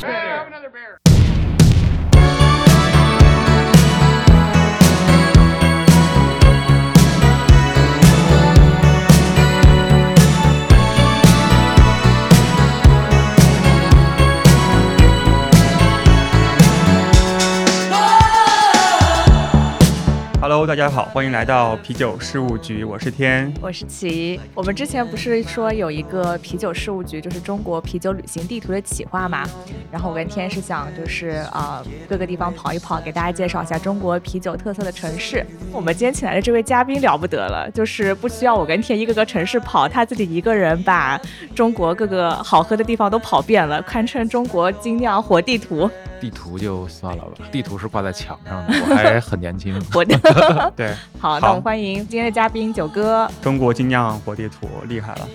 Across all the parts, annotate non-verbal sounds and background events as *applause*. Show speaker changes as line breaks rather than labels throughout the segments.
Brother Bear.
Hello，大家好，欢迎来到啤酒事务局，我是天。
我是琪。我们之前不是说有一个啤酒事务局，就是中国啤酒旅行地图的企划嘛？然后我跟天是想就是呃各个地方跑一跑，给大家介绍一下中国啤酒特色的城市。我们今天请来的这位嘉宾了不得了，就是不需要我跟天一个个城市跑，他自己一个人把中国各个好喝的地方都跑遍了，堪称中国精酿活地图。 *laughs*
地图就算了吧，地图是挂在墙上的，我还很年轻。
活地
*laughs* 对，
好，那我们欢迎今天的嘉宾九哥。
中国精酿火地图厉害了。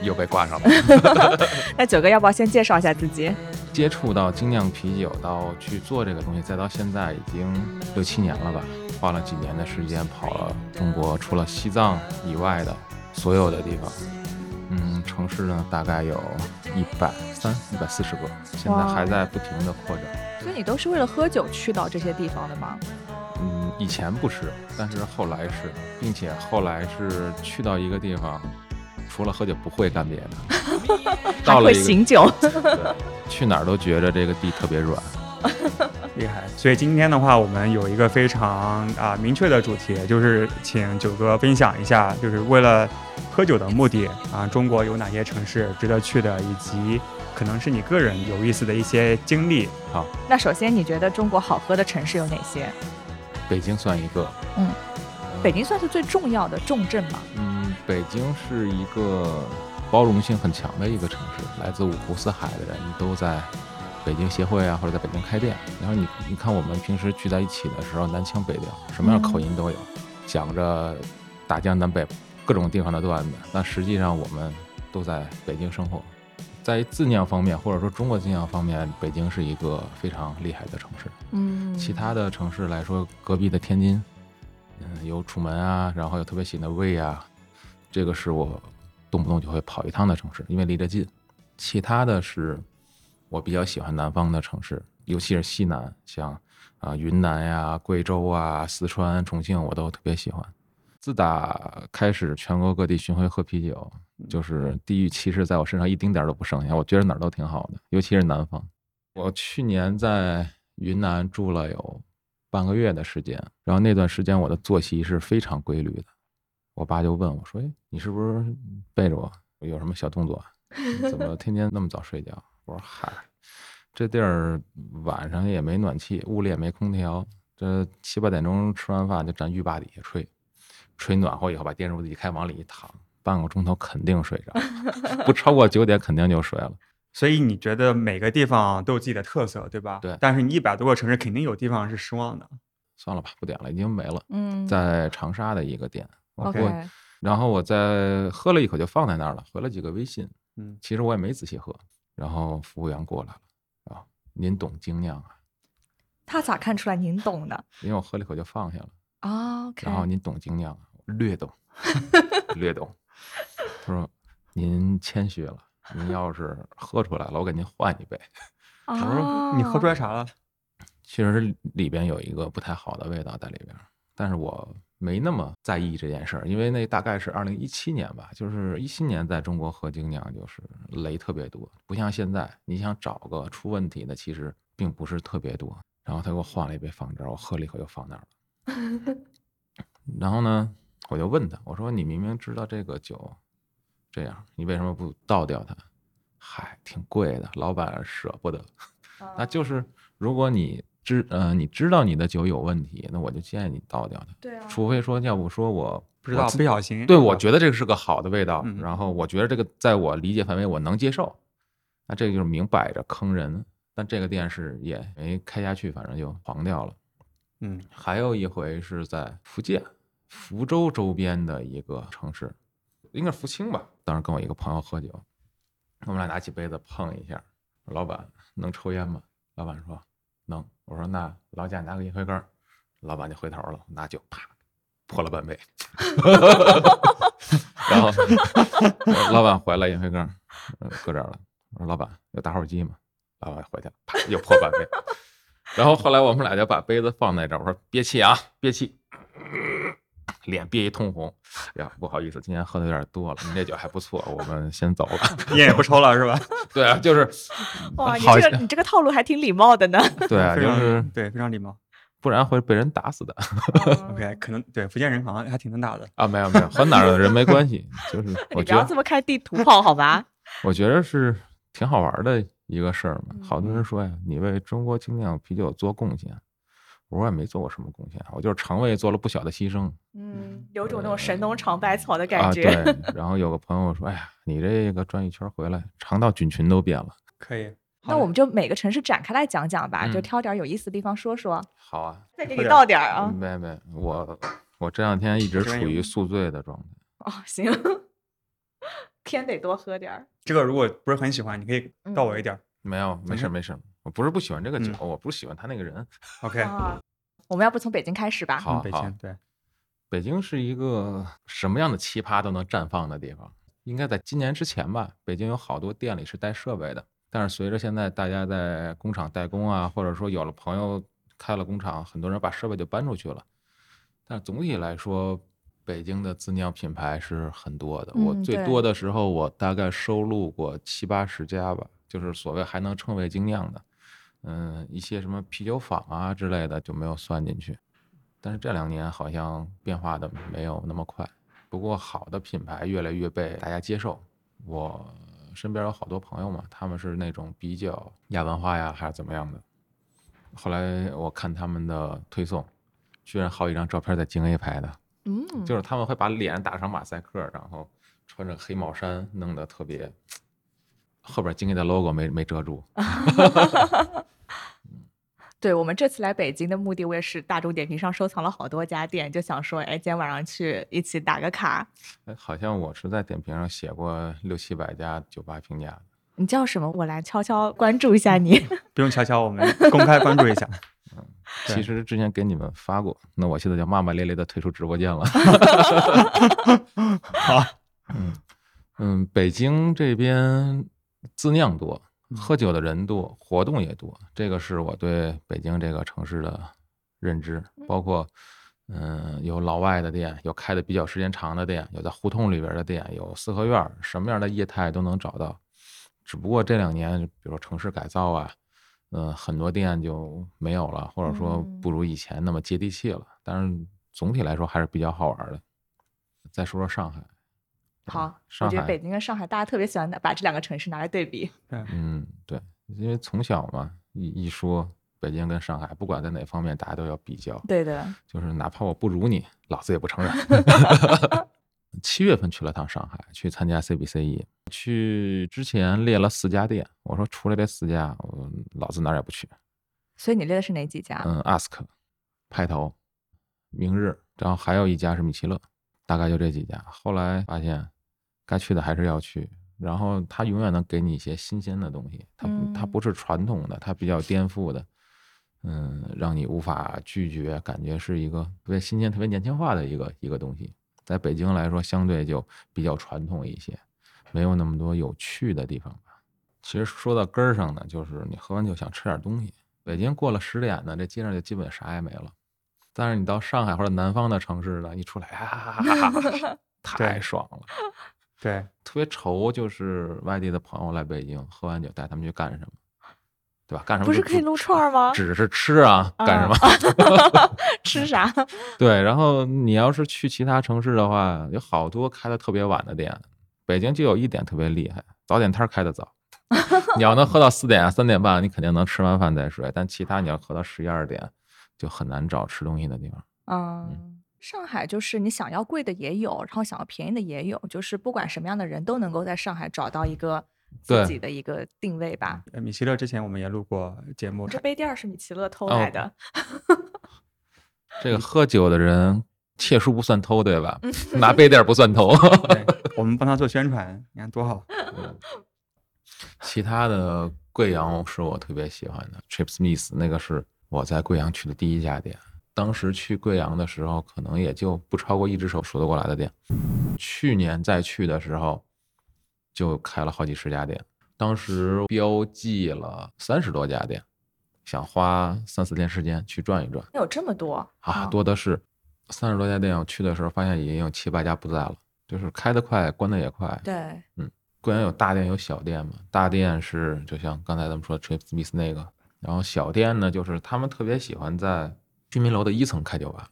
又被挂上了。
那九哥要不要先介绍一下自己？
接触到精酿啤酒，到去做这个东西，再到现在已经六七年了吧，花了几年的时间跑了中国除了西藏以外的所有的地方。嗯，城市呢大概有一百三、一百四十个，现在
哇
还在不停的扩展。
所以你都是为了喝酒去到这些地方的吗？
嗯，以前不是，但是后来是，并且后来是去到一个地方，除了喝酒不会干别的。
*laughs*
到了
会
一个
醒酒。 *laughs*
对，去哪儿都觉着这个地特别软。
厉害！所以今天的话，我们有一个非常啊、明确的主题，就是请九哥分享一下，就是为了喝酒的目的啊，中国有哪些城市值得去的，以及可能是你个人有意思的一些经历。
那首先，你觉得中国好喝的城市有哪些？
北京算一个，
嗯
呃，
北京算是最重要的重镇嘛。
嗯，北京是一个包容性很强的一个城市，来自五湖四海的人都在北京协会啊，或者在北京开店。然后你你看，我们平时聚在一起的时候，南腔北调，什么样的口音都有，讲着大江南北各种地方的段子。但实际上，我们都在北京生活。在自酿方面，或者说中国自酿方面，北京是一个非常厉害的城市。
嗯
其他的城市来说，隔壁的天津，嗯，有楚门啊，然后有特别喜欢的魏啊，这个是我动不动就会跑一趟的城市，因为离得近。其他的是我比较喜欢南方的城市，尤其是西南，像啊、云南呀、贵州啊、四川、重庆，我都特别喜欢。自打开始全国各地巡回喝啤酒，就是地域歧视在我身上一丁点儿都不剩下，我觉得哪儿都挺好的，尤其是南方。我去年在云南住了有半个月的时间，然后那段时间我的作息是非常规律的。我爸就问我说：“哎，你是不是背着我有什么小动作啊？你怎么天天那么早睡觉？”我说：“嗨，这地儿晚上也没暖气，屋里也没空调，这七八点钟吃完饭就站浴霸底下吹，吹暖和以后把电褥子一开往里一躺，半个钟头肯定睡着， *laughs* 不超过九点肯定就睡了。
所以你觉得每个地方都有自己的特色，对吧？
对
但是你一百多个城市，肯定有地方是失望的。
算了吧，不点了，已经没了。”
嗯
在长沙的一个店。我
OK，
过然后我在喝了一口就放在那儿了，回了几个微信。
嗯，
其实我也没仔细喝。然后服务员过来了，啊，您懂精酿啊？
他咋看出来您懂的
因为我喝了一口就放下了。
啊？OK，
然后您懂精酿啊？
*laughs*
略懂，略懂。他说您谦虚了，您要是喝出来了，我给您换一杯。
啊
我说你喝出来啥了？
其实里边有一个不太好的味道在里边，但是我没那么在意这件事儿，因为那大概是二零一七年吧，就是一七年在中国喝精酿就是雷特别多，不像现在，你想找个出问题的其实并不是特别多。然后他给我换了一杯放这儿，我喝了一口又放那儿了。然后呢，我就问他，我说你明明知道这个酒这样，你为什么不倒掉它？嗨，挺贵的，老板舍不得。
啊
那就是如果你知呃你知道你的酒有问题，那我就建议你倒掉它，
对啊
除非说要不说我
不知道，
我
不
自
小心。
对我觉得这个是个好的味道，
嗯
然后我觉得这个在我理解范围我能接受，那这个就是明摆着坑人。但这个店是也没开下去，反正就黄掉了。
嗯，
还有一回是在福建福州周边的一个城市，应该是福清吧。当时跟我一个朋友喝酒，我们俩拿起杯子碰一下。老板能抽烟吗？老板说能。我说那劳驾拿个烟灰缸儿。老板就回头了，拿酒啪泼了半杯， *laughs* 然后老板回来烟灰缸儿呃搁这儿了。我说老板有打火机吗？把碗回去，啪又破半杯。然后后来我们俩就把杯子放在这儿，我说憋气啊，憋气，脸憋一通红。哎呀，不好意思，今天喝的有点多了，你这酒还不错，我们先走了。 *laughs*
烟也不抽了是吧？
对啊，就是
哇，你
好
这个你这个套路还挺礼貌 *laughs* 的呢。
对
嗯 *laughs*
啊，
非
就
常
是
对，非常礼貌。
不然会被人打死的 *laughs*
OK，可能对福建人好像还挺能打的。
啊！没有没有，和哪儿的人没关系，
*laughs*
就是
你
我
不
觉
要
得
这么开地图炮好
*laughs*
吧？
我觉得是挺好玩的一个事儿嘛。
嗯
好多人说呀，你为中国精酿啤酒做贡献，我说我也没做过什么贡献，啊我就是肠胃做了不小的牺牲
嗯，有种那种神农尝百草的
啊。
感觉。
对，然后有个朋友说，哎呀，你这个转一圈回来，肠道菌群都变了。
可以，好
那我们就每个城市展开来讲讲吧，就
嗯
挑点有意思的地方说说，
好啊，
再给
喝
你
点
倒点儿啊。
嗯没没，我我这两天一直
这
处
边
于
有
宿醉的状态。
哦，行，天得多喝点儿。
这个如果不是很喜欢，你可以
嗯
倒我一点儿。
没有，没事儿没事儿，我不是不喜欢这个酒，
嗯
我不是喜欢他那个人。
OK，
啊，我们要不从北京开始吧？
好
嗯北
好
京对，
北京是一个什么样的奇葩都能绽放的地方。应该在今年之前吧，北京有好多店里是带设备的，但是随着现在大家在工厂代工啊，或者说有了朋友开了工厂，很多人把设备就搬出去了。但总体来说，北京的自酿品牌是很多的。我
嗯
最
对
多的时候，我大概收录过七八十家吧，就是所谓还能称为精酿的。嗯，一些什么啤酒坊啊之类的就没有算进去。但是这两年好像变化的没有那么快，不过好的品牌越来越被大家接受。我身边有好多朋友嘛，他们是那种比较亚文化呀，还是怎么样的。后来我看他们的推送，居然好几张照片在京 A 拍的，
嗯，
就是他们会把脸打上马赛克，然后穿着黑毛衫，弄得特别，后边京 A 的 logo 没没遮住。
对我们这次来北京的目的，我也是大众点评上收藏了好多家店，就想说，哎，今天晚上去一起打个卡。
哎，好像我是在点评上写过六七百家酒吧评价的。
你叫什么？我来悄悄关注一下你。
嗯
不用悄悄，我
*laughs*
们公开关注一下。对
其实之前给你们发过，那我现在就骂骂咧咧的退出直播间了。
好，
嗯嗯，北京这边自酿多，喝酒的人多，活动也多，这个是我对北京这个城市的认知。包括嗯，有老外的店，有开的比较时间长的店，有在胡同里边的店，有四合院儿，什么样的业态都能找到。只不过这两年，比如说城市改造啊，嗯，很多店就没有了，或者说
嗯
不如以前那么接地气了。但是总体来说还是比较好玩的。再说说上海，
好，我
上
觉得
海
北京跟上海，大家特别喜欢把这两个城市拿来对比。 *laughs*
嗯，对，因为从小嘛，一一说北京跟上海，不管在哪方面，大家都要比较，
对的，
就是哪怕我不如你，老子也不承认。 *laughs* 七月份去了趟上海，去参加 CBCE，去之前列了四家店，我说除了这四家，我老子哪儿也不去。
所以你列的是哪几家？
嗯，Ask、派头、明日，然后还有一家是米其乐，大概就这几家。后来发现该去的还是要去，然后它永远能给你一些新鲜的东西，它不它
嗯
不是传统的，它比较颠覆的，嗯，让你无法拒绝，感觉是一个特别新鲜、特别年轻化的一个一个东西。在北京来说，相对就比较传统一些，没有那么多有趣的地方吧。其实说到根儿上呢，就是你喝完酒想吃点东西。北京过了十点呢，这街上就基本啥也没了。但是你到上海或者南方的城市呢，一出来啊，太
对
爽了。
对，
特别愁就是外地的朋友来北京，喝完酒带他们去干什么，对吧？干什么
不
就是
可以撸
吃
串儿吗？
只是吃啊，干什么？
么？ *laughs* 吃啥？
对，然后你要是去其他城市的话，有好多开的特别晚的店。北京就有一点特别厉害，早点摊儿开的早。你要能喝到四点、啊三点半，你肯定能吃完饭再睡。但其他你要喝到十一二点，就很难找吃东西的地方。
嗯，上海就是你想要贵的也有，然后想要便宜的也有，就是不管什么样的人都能够在上海找到一个自
对
己的一个定位吧。
呃米其乐之前我们也录过节目，
这杯垫儿是米其乐偷
哦
来的，
这个喝酒的人，窃书不算偷，对吧？拿杯垫儿不算偷。
对，我们帮他做宣传，你看多好。
其他的贵阳是我特别喜欢的，Chip Smith 那个是我在贵阳去的第一家店。当时去贵阳的时候，可能也就不超过一只手数得过来的店。去年再去的时候，就开了好几十家店。当时标记了三十多家店，想花三四天时间去转一转
有这么多
啊，
嗯
多的是。三十多家店，我去的时候发现已经有七八家不在了，就是开得快，关得也快。
嗯对，
固然有大店有小店嘛，大店是就像刚才咱们说 Trip Smith 那个，然后小店呢，就是他们特别喜欢在居民楼的一层开酒吧，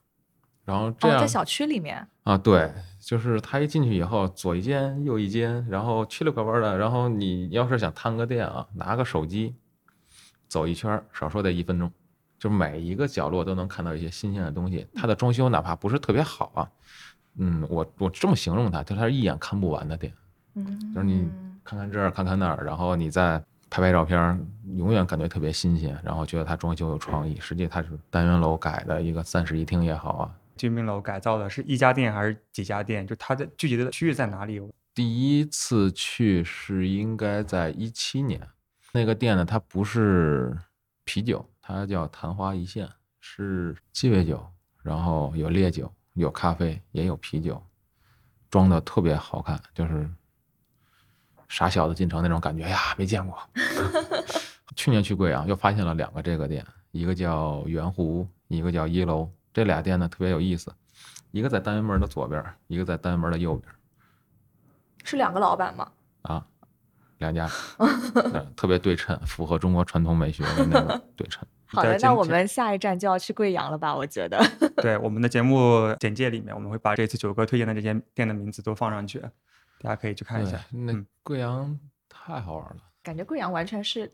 然后这
哦，
样、
在小区里面，
啊，对，就是他一进去以后，左一间右一间，然后曲里拐弯的，然后你要是想探个店啊，拿个手机走一圈儿，少说得一分钟，就每一个角落都能看到一些新鲜的东西。它的装修哪怕不是特别好啊，嗯，我我这么形容它，就它是一眼看不完的店。
嗯，
就是你看看这儿，看看那儿，然后你再拍拍照片儿，永远感觉特别新鲜，然后觉得它装修有创意。实际它是单元楼改的一个三室一厅也好啊。
居民楼改造的是一家店还是几家店？就它的具体的区域在哪里？
第一次去是应该在一七年，那个店呢，它不是啤酒，它叫昙花一现，是鸡尾酒，然后有烈酒，有咖啡，也有啤酒，装的特别好看，就是傻小子进城那种感觉哎呀，没见过。去年去贵阳又发现了两个这个店，一个叫圆湖，一个叫一楼，这俩店呢特别有意思，一个在单元门的左边，一个在单元门的右边。
是两个老板吗？
啊，两家呃特别对称，符合中国传统美学的那 *laughs* 个对称。
好
在
的，
今
那我
天
们下一站就要去贵阳了吧？我觉得 *laughs*
对，我们的节目简介里面，我们会把这次九哥推荐的这些店的名字都放上去，大家可以去看一下。
对那
嗯
贵阳太好玩了，
感觉贵阳完全是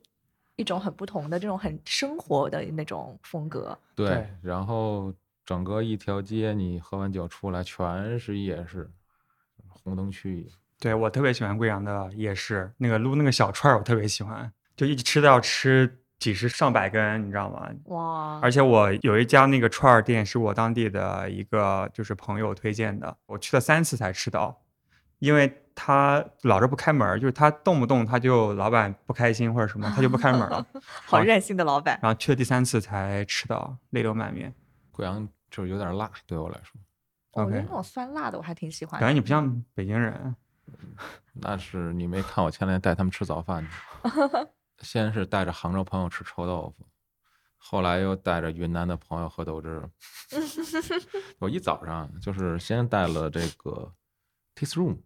一种很不同的这种很生活的那种风格。
对，
对
然后整个一条街，你喝完酒出来全是夜市，红灯区。
对我特别喜欢贵阳的夜市，那个撸那个小串儿，我特别喜欢，就一直吃到吃几十上百根，你知道吗？
哇，
而且我有一家那个串儿店是我当地的一个就是朋友推荐的，我去了三次才吃到，因为他老是不开门儿，就是他动不动他就老板不开心或者什么，他就不开门儿
*laughs*
了，
啊
好任性的老板。
然后去了第三次才吃到，泪流满面。
贵阳就是有点辣，对我来说，
哦我觉得
OK
那种酸辣的我还挺喜欢
感觉
的。
你不像北京人，
那是你没看我前两天带他们吃早饭去，先是带着杭州朋友吃臭豆腐，后来又带着云南的朋友喝豆汁儿。我一早上就是先带了这个 Taste Room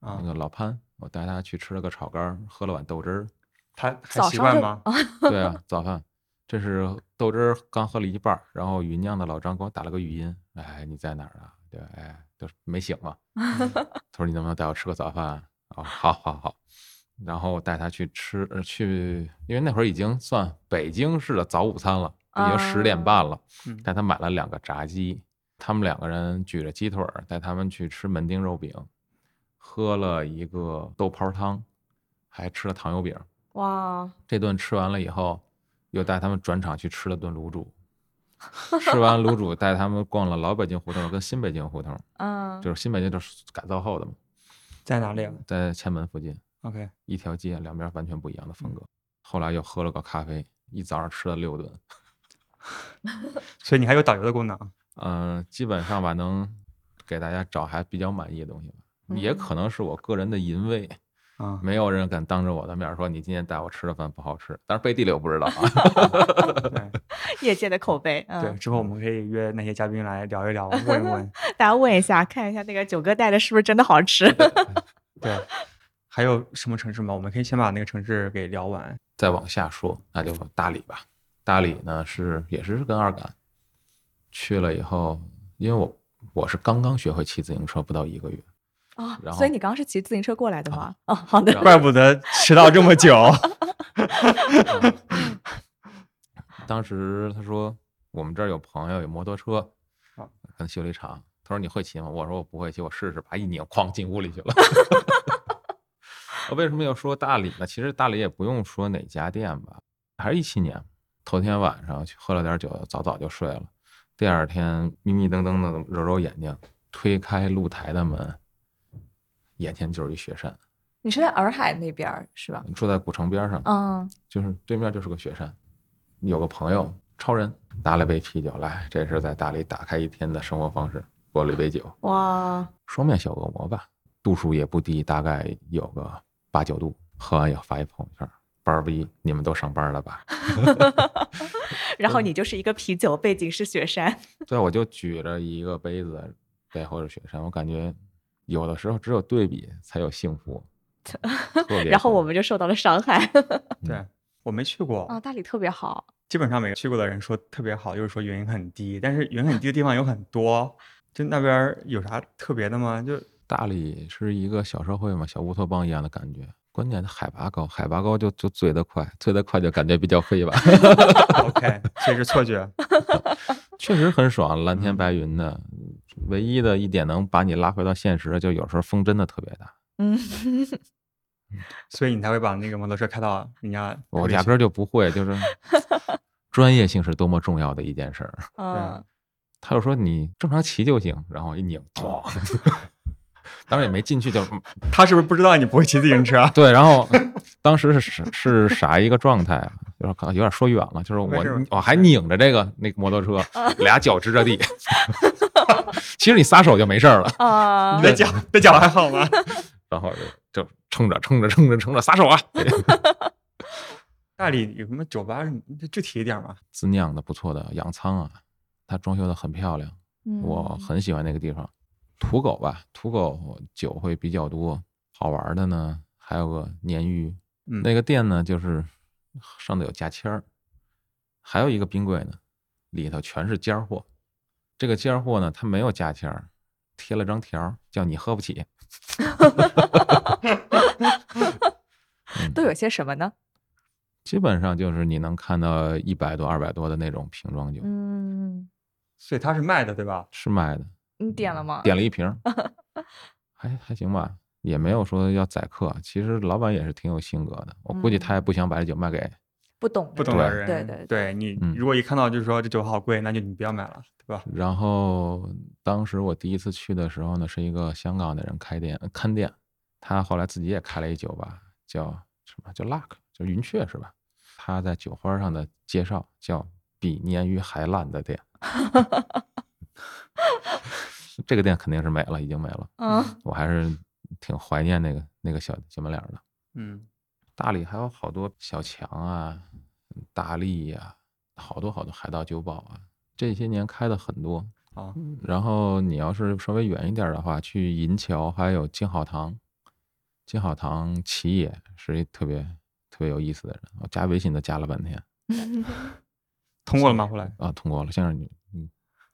啊
那个老潘，我带他去吃了个炒肝儿，喝了碗豆汁儿。
他还
早
习
上
惯
就 *laughs*
吗？
对啊，早饭这是豆汁儿刚喝了一半儿，然后云酿的老张给我打了个语音，哎，你在哪儿啊？对，哎，就是没醒嘛。
嗯
他说你能不能带我吃个早饭啊？哦，好，好，好。然后我带他去吃，呃去，因为那会儿已经算北京式的早午餐了，已经十点半了。
嗯
带他买了两个炸鸡，他们两个人举着鸡腿儿，带他们去吃门钉肉饼，喝了一个豆泡汤，还吃了糖油饼。
哇，
这顿吃完了以后，又带他们转场去吃了顿卤煮，吃完卤煮带他们逛了老北京胡同跟新北京胡同，
嗯，
就是新北京就是改造后的嘛，
在哪里啊
在前门附近
？OK，
一条街，两边完全不一样的风格。后来又喝了个咖啡，一早上吃了六顿，
所以你还有导游的功能。
嗯、基本上吧能给大家找还比较满意的东西吧。也可能是我个人的淫威，
啊、
没有人敢当着我的面说你今天带我吃的饭不好吃，但是背地里我不知道啊。
对
业界的口碑。嗯，
对，之后我们可以约那些嘉宾来聊一聊，问一问。
大家问一下，看一下那个九哥带的是不是真的好吃。
对，还有什么城市吗？我们可以先把那个城市给聊完。
再往下说，那就大理吧。大理呢是也是跟二赶去了以后，因为我我是刚刚学会骑自行车不到一个月，
哦
然，后
所以你刚刚是骑自行车过来的吗？哦，好的
然。后
怪不得迟到这么久。
当时他说我们这儿有朋友有摩托车
啊，
跟修理厂，他说你会骑吗？我说我不会骑，我试试吧。一拧，哐进屋里去了。 *laughs* 为什么要说大理呢？其实大理也不用说哪家店吧，还是一七年，头天晚上去喝了点酒，早早就睡了。第二天迷迷瞪瞪的揉揉眼睛，推开露台的门，眼前就是一雪山。
你是在洱海那边儿是吧？
住在古城边上，
嗯，
就是对面就是个雪山。有个朋友超人拿了杯啤酒来，这是在大理打开一天的生活方式，过了一杯酒，
哇，
双面小恶魔吧，度数也不低，大概有个八九度，喝完以后发一朋友圈儿，班儿逼，你们都上班了吧？ *laughs*
然后你就是一个啤酒，背景是雪山，
对，我就举着一个杯子，再或者雪山，我感觉有的时候只有对比才有幸福，特
*laughs*
别
然后
是
我们就受到了伤害。
对我没去过，
啊，大理特别好，
基本上每个去过的人说特别好，就是说云很低，但是云很低的地方有很多。就那边儿有啥特别的吗？就
大理是一个小社会嘛，小乌托邦一样的感觉。关键它海拔高，海拔高就就醉得快，醉得快就感觉比较黑吧，
OK，所以是错觉。 *laughs*
确实很爽，蓝天白云的。唯一的一点能把你拉回到现实的，就有时候风真的特别大，
嗯，
所以你才会把那个摩托车开到人家
我
隔壁
压
去
根儿就不会，就是专业性是多么重要的一件事儿。
嗯，
他就说你正常骑就行，然后一拧，咚，当然也没进去就
他是不是不知道你不会骑自行车？啊
*laughs* 对，然后当时是是啥一个状态啊？就是可能有点说远了，就是
没事没
我
事
我还拧着这个那个摩托车，俩脚支着地。 *laughs* 其实你撒手就没事儿了，
*laughs*
啊
你的脚的脚还好吗？ *laughs*
然后就就撑着撑着撑着撑着撒
*laughs*
手啊，
大理有什么酒吧？你具体一点嘛？
自酿的不错的洋仓啊，它装修的很漂亮，
嗯
我很喜欢那个地方。土狗吧，土狗酒会比较多，好玩的呢还有个鲶鱼，
嗯，
那个店呢，就是上头有价签儿，还有一个冰柜呢，里头全是尖儿货。这个尖儿货呢，它没有价签儿，贴了张条儿，叫你喝不起。嗯
都有些什么呢？
基本上就是你能看到一百多、二百多的那种瓶装酒，
嗯，
所以他是卖的对吧？
是卖的，
你点了吗？ *laughs*
点了一瓶儿，还还行吧，也没有说要宰客。其实老板也是挺有性格的，我估计
嗯
他也不想把这酒卖给
不懂的
不懂
人
的人，
对对
对你
嗯
如果一看到就是说这酒好贵，那就你不要买了，对吧？
然后当时我第一次去的时候呢，是一个香港的人开店呃看店，他后来自己也开了一酒吧，叫什么叫 Luck，叫云雀是吧？他在酒花上的介绍叫比鲶鱼还烂的
*laughs*
店， *laughs* 这个店肯定是没了，已经没了。
嗯，
我还是挺怀念那个那个小小门脸儿的。
嗯，
大理还有好多小强啊、大力呀、好多好多海盗酒保啊，这些年开的很多。
啊，
嗯
然后你要是稍微远一点儿的话，去银桥还有金好堂，金好堂齐野是一特别特别有意思的人，我加微信都加了半天
通过了吗？后来
啊，通过了。先生你你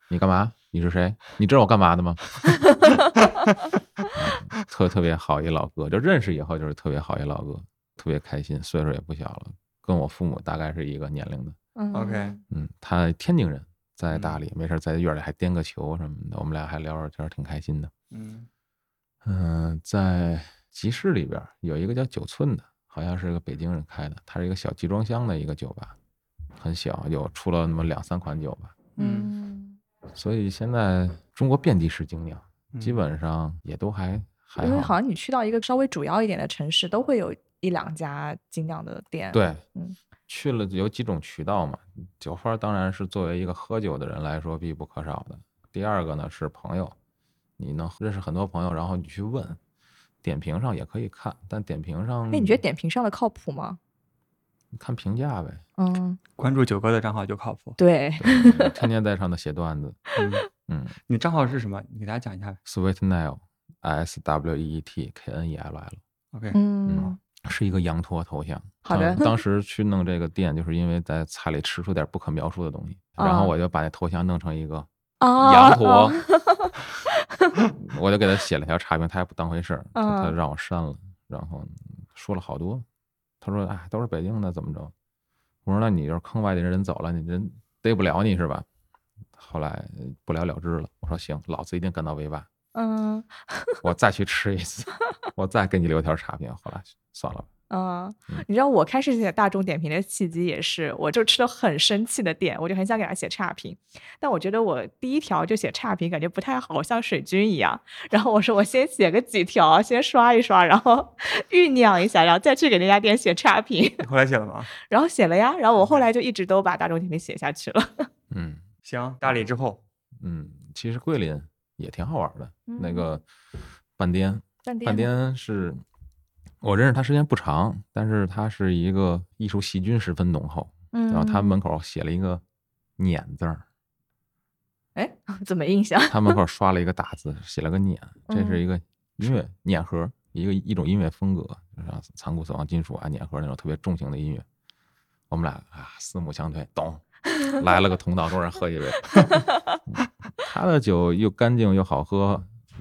你干嘛？你是谁？你知道我干嘛的吗？ *laughs* 嗯特特别好一老哥，就认识以后就是特别好一老哥，特别开心，岁数也不小了，跟我父母大概是一个年龄的。
嗯
OK
嗯，他天津人，在大
嗯
理，没事儿在院里还颠个球什么的，我们俩还聊会儿天儿，挺开心的。
嗯，
嗯，在集市里边儿有一个叫九寸的，好像是个北京人开的，它是一个小集装箱的一个酒吧，很小，有出了那么两三款酒吧。
嗯，
所以现在中国遍地是精酿，
嗯
基本上也都还还
因为好
好。
像你去到一个稍微主要一点的城市，都会有一两家精酿的店。，
对
嗯，
去了有几种渠道嘛，酒花当然是作为一个喝酒的人来说必不可少的。第二个呢是朋友，你能认识很多朋友，然后你去问，点评上也可以看，但点评上
哎那你觉得点评上的靠谱吗？
看评价
*laughs*
呗。
嗯，
关注九哥的账号就靠谱。
对，
对天天在上头写段子。
*laughs*
嗯
你账号是什么？你给大家讲一下。
，Sweet Nile S W E E T K N E L L
OK，
嗯，
是一个羊驼头像。
好的
当
*laughs*
当时去弄这个店，就是因为在菜里吃出点不可描述的东西，然后
哦
我就把那头像弄成一个
啊，
羊驼
啊，
我就给他写了条差评，他也不当回事儿，他他
嗯
让我删了，然后说了好多，他说啊、都是北京的，怎么着？我说那你就是坑外地人走了，你人逮不了你是吧？后来呃不了了之了。我说行，老子一定干到尾巴，
嗯
我再去吃一次， *laughs* 我再给你留条差评。后来算了吧，
嗯
嗯，
你知道我开始写大众点评的契机也是，我就吃了很生气的店，我就很想给他写差评，但我觉得我第一条就写差评感觉不太好，像水军一样。然后我说我先写个几条，先刷一刷，然后 *laughs* 酝酿一下，然后再去给那家店写差评。
你后来写了吗？
然后写了呀，然后我后来就一直都把大众点评写下去了。 *laughs*
嗯
行，大理之后，
嗯，其实桂林也挺好玩的，那个半颠。
饭
半，颠是我认识他时间不长，但是他是一个艺术细菌十分浓厚。
嗯，
然后他门口写了一个“碾”字儿，
哎，怎么印象？ *laughs*
他门口刷了一个大字，写了个“碾”，这是一个音乐碾核，一个一种音乐风格，就是啊残酷死亡金属啊，碾核那种特别重型的音乐。我们俩啊，四目相对，懂，来了个同道中人，喝一杯。他的酒又干净又好喝，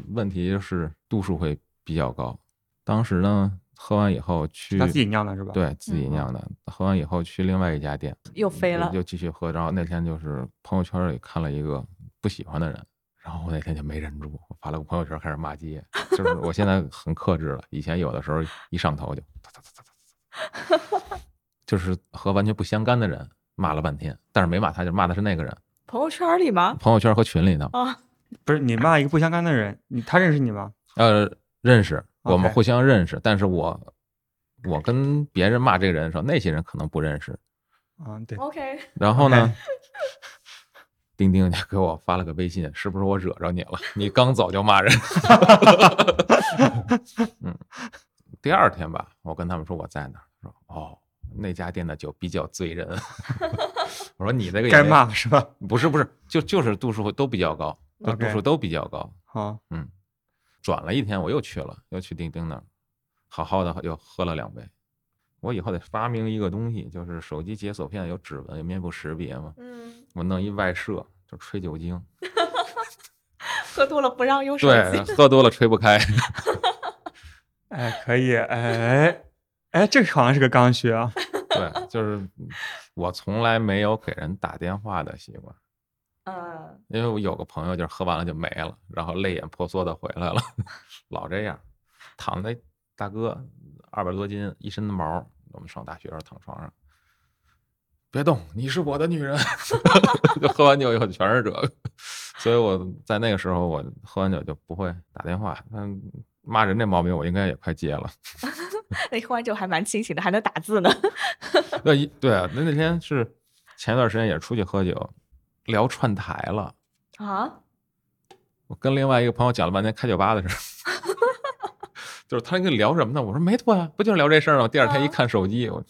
问题就是度数会比较高。当时呢，喝完以后去
他自己酿的是吧？，
对自己酿的，喝完以后去另外一家店，
又飞了
又继续喝。然后那天就是朋友圈里看了一个不喜欢的人，然后我那天就没忍住，我发了个朋友圈开始骂街，就是我现在很克制了，以前有的时候一上头就哒哒哒哒哒哒就是和完全不相干的人骂了半天，但是没骂他，就骂的是那个人，
朋友圈里吗？
朋友圈和群里头，
啊，
不是你骂一个不相干的人，你他认识你吗？
呃，认识，我们
OK
互相认识，但是我。我跟别人骂这个人的时候，那些人可能不认识，
嗯，对，
OK，
然后呢，丁丁就给我发了个微信，是不是我惹着你了？你刚走就骂人。 *laughs* 嗯，第二天吧，我跟他们说我在哪儿，说哦，那家店的酒比较醉人。 *laughs* 我说你这个也
该
没
骂了是吧？
不是不是，就就是度数都比较高，就度
OK
数都比较高。
好，
转了一天，我又去了，又去钉钉那儿，好好的又喝了两杯。我以后得发明一个东西，就是手机解锁片有指纹、有面部识别嘛。
嗯，
我弄一外设，就吹酒精。
喝多了不让用手
对
机，，
喝多了吹不开。
哎，可以，哎，哎，这个好像是个刚需啊。 *laughs*
对，就是我从来没有给人打电话的习惯，
嗯，
因为我有个朋友就是喝完了就没了，然后泪眼婆娑的回来了， *laughs* 老这样。躺那大哥二百多斤，一身的毛，我们上大学时候躺床上，别动，你是我的女人。就喝完酒以后全是这个，所以我在那个时候我喝完酒就不会打电话。嗯，骂人这毛病我应该也快戒了。
那喝完酒还蛮清醒的，还能打字呢。 *laughs*
那一对啊，那那天是前一段时间也出去喝酒，聊串台了。
啊，
我跟另外一个朋友讲了半天开酒吧的事儿， *laughs* 就是他跟你聊什么呢？我说没错啊，不就是聊这事儿吗？第二天一看手机，我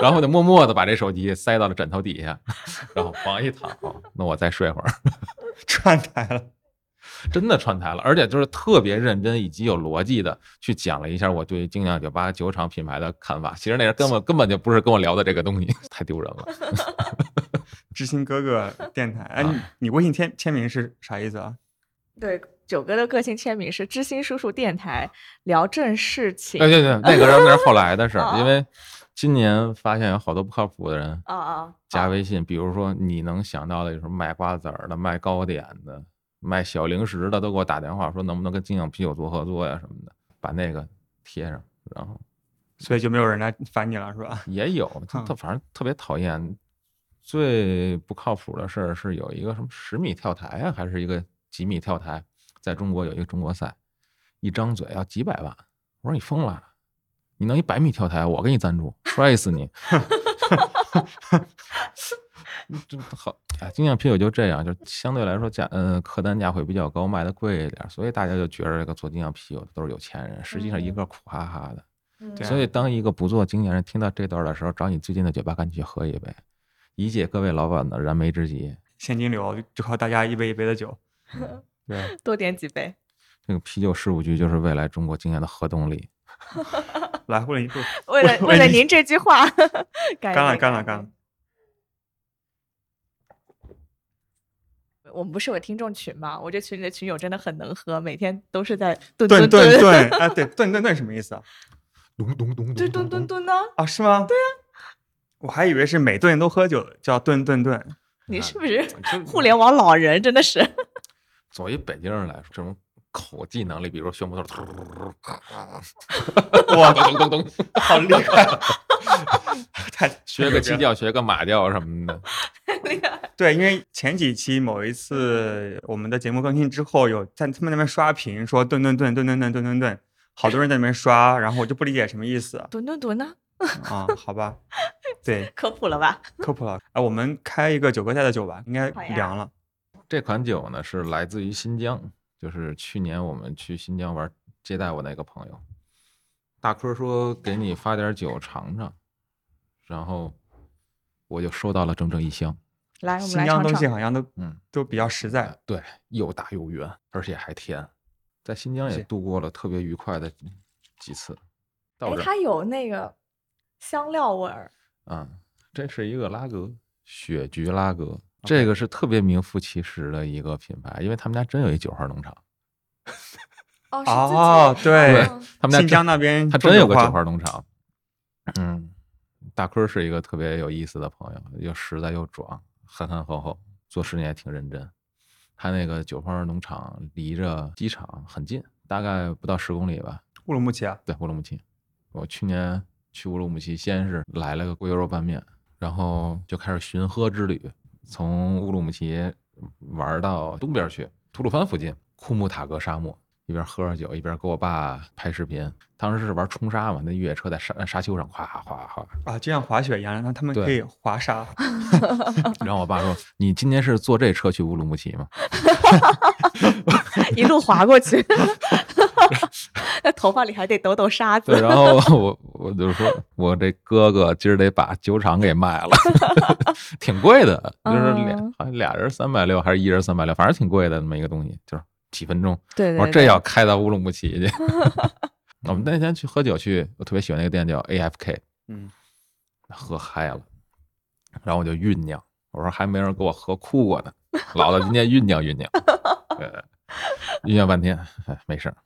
然后我就默默的把这手机塞到了枕头底下， *laughs* 然后往一躺，哦那我再睡会儿。
串台了，
真的串台了，而且就是特别认真以及有逻辑的去讲了一下我对精酿酒吧酒厂品牌的看法。其实那人根本根本就不是跟我聊的这个东西， *laughs* 太丢人了。
知心哥哥电台。
啊
哎，你你微信签签名是啥意思啊？
对，九哥的个性签名是“知心叔叔电台聊正事情
哎对对对，那个人那是后来的
*laughs*
事
哦
儿，
哦
因为今年发现有好多不靠谱的人”。
啊啊，
加微信，比如说你能想到的，就是卖瓜子儿的、卖糕点的、卖小零食的，都给我打电话说能不能跟精酿啤酒做合作呀什么的，把那个贴上，然后
所以就没有人来烦你了是吧？ *laughs*
也有，他
嗯
他反正特别讨厌。最不靠谱的事儿是有一个什么十米跳台啊，还是一个几米跳台，在中国有一个中国赛，一张嘴要几百万。我说你疯了，你弄一百米跳台，我给你赞助，摔死你！真好，哎，精酿啤酒就这样，就相对来说价，嗯，客单价会比较高，卖的贵一点，所以大家就觉着这个做精酿啤酒的都是有钱人，实际上一个苦哈哈的。
嗯
对啊
所以，当一个不做经纪人听到这段的时候，找你最近的酒吧赶紧去喝一杯，以解各位老板的燃眉之急。
现金流就靠大家一杯一杯的 *laughs* 酒。对，
多点几杯，
这个啤酒事务局就是未来中国经验的核动力。
来，为了 *laughs* 你不
为了
为
为了
你
您这
*laughs*
句话，干一
干了
杯
干了
一
干
杯我们不是有听众群吗？我这群里的群友真的很能喝，每天都是在蹲
顿
蹲
顿 *laughs* 顿，哎，对，顿顿顿什么意思啊？
咚咚咚
蹲蹲蹲蹲呢？
啊，是吗？对呀、我还以为是每顿都喝酒叫顿顿顿。
你是不
嗯
是
咚
互联网老人？真
*laughs*
的是，
作为北京人来说，这种口技能力，比如说宣布头，
哇，
咚咚咚，
*laughs* 好厉害！ *laughs* 太
*laughs* 学个鸡，调，学个马调什么的。
那个
对，因为前几期某一次我们的节目更新之后，有在他们那边刷屏说顿顿顿顿顿顿顿顿顿，好多人在那边刷，然后我就不理解什么意思啊、
蹲蹲蹲呢？
好吧，对，
科普了吧？
科普了。哎，我们开一个九哥带的酒吧，应该
好呀
凉了。
这款酒呢是来自于新疆，就是去年我们去新疆玩，接待我那个朋友，大科说给你发点酒尝尝，然后我就收到了整整一箱。
来，我们
新
来
疆
尝
东西
尝。哎
好像都
嗯，
都比较实在，
对，又大又圆，而且还甜。在新疆也
是
度过了特别愉快的几次。到
哎，
这儿
它有那个香料味儿，
啊，这是一个拉格，雪菊拉格，这个是特别名副其实的一个品牌，因为他们家真有一酒花农场，
哦，是自己
哦，对，
嗯
他们家
新
真
疆那边
他
种
真有个
花
酒花农场。嗯，大坤儿是一个特别有意思的朋友，又实在又壮，憨憨厚厚，做事情也挺认真。他那个酒花农场离着机场很近，大概不到十公里吧。
乌鲁木齐啊，
对，乌鲁木齐，我去年去乌鲁木齐，先是来了个锅油肉拌面，然后就开始寻喝之旅，从乌鲁木齐玩到东边去，吐鲁番附近库木塔格沙漠，一边喝着酒，一边给我爸拍视频。当时是玩冲沙嘛，那越野车在沙沙丘上哗哗哗，
啊，就像滑雪一样，然后他们
对
可以滑沙，
然后我爸说：“你今天是坐这车去乌鲁木齐吗
嗯一路滑过去， *laughs* 那头发里还得抖抖沙？”
对，
子。
然后我 *laughs* 我就说：“我这哥哥今儿得把酒厂给卖了， *laughs* 挺贵的，就是俩
嗯
好像俩人三百六，还是一人三百六，反正挺贵的那么一个东西，就是几分钟。”
对对对，
我
哦
说：“这要开到乌鲁木齐
*laughs*
去。”我们那天去喝酒去，我特别喜欢那个店叫 AFK，
嗯，
喝嗨了，然后我就酝酿，我说还没人给我喝哭过呢，老子今天酝酿酝酿，呃酝酿半天，哎，没事儿。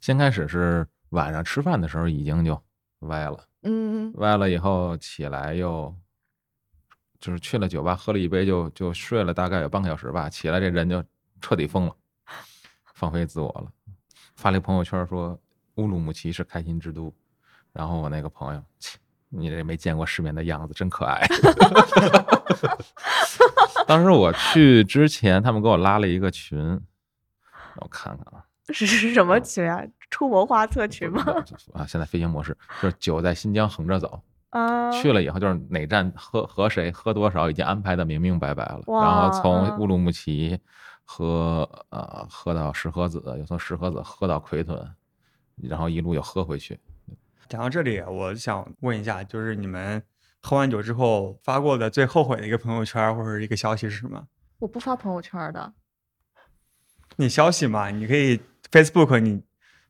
先开始是晚上吃饭的时候已经就歪了，
嗯，嗯
歪了以后起来又就是去了酒吧喝了一杯就就睡了大概有半个小时吧，起来这人就彻底疯了，放飞自我了，发了一朋友圈说乌鲁木齐是开心之都，然后我那个朋友，切你这没见过世面的样子，真可爱。 *laughs* 当时我去之前，他们给我拉了一个群，让我看看啊，
*laughs* 是是什
嗯
么群啊？出谋划策群吗？
啊，现在飞行模式就是酒在新疆横着走，
啊，
去了以后就是哪站喝和谁喝多少已经安排的明明白白了，然
哇
后从
嗯
乌鲁木齐喝呃喝到石河子，又从石河子喝到奎屯，然后一路又喝回去。
讲到这里，我想问一下，就是你们喝完酒之后发过的最后悔的一个朋友圈或者一个消息是什么？
我不发朋友圈的。
*laughs*
你消息嘛，你可以 Facebook 你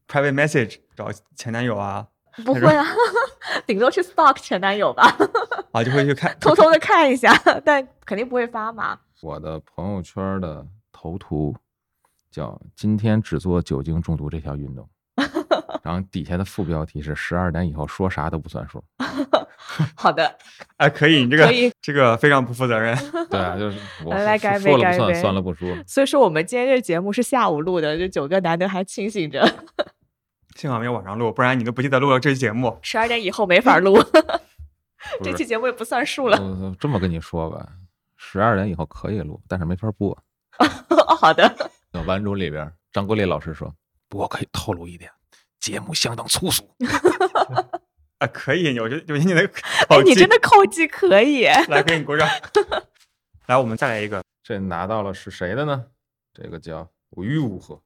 private message 找前男友啊，
不会啊， *laughs* 顶多去 stalk 前男友吧， *laughs*
啊就会去看，
偷偷的看一下，但肯定不会发嘛。
我的朋友圈的头图叫“今天只做酒精中毒这项运
*laughs*
动”，然后底下的副标题是“十二点以后说啥都不
*laughs*
算数
好的，
哎可以，你这个
可以
这个非常不负责任，”。 *laughs*
对啊，就是我
来来
说
干一杯
说了
干
不
一
算，
杯
算了不说。
所以说我们今天这节目是下午录的，就九个男的还清醒着，
幸好没有晚上录，不然你都不记得录了这期节目。
十二点以后没法
*laughs*
录，
不
这
是嗯
期节目也不算数了。
我这么跟你说吧，十二点以后可以录，但是没法播。
哦好的，
晚主里边，张国立老师说，不过可以透露一点，节目相当粗俗。
啊，可以，我觉得我觉得你的
哎
口，
你
技，
真的扣技可以。
来给你鼓掌。 *laughs* 来，我们再来一个，
这拿到了是谁的呢？这个叫哟呵，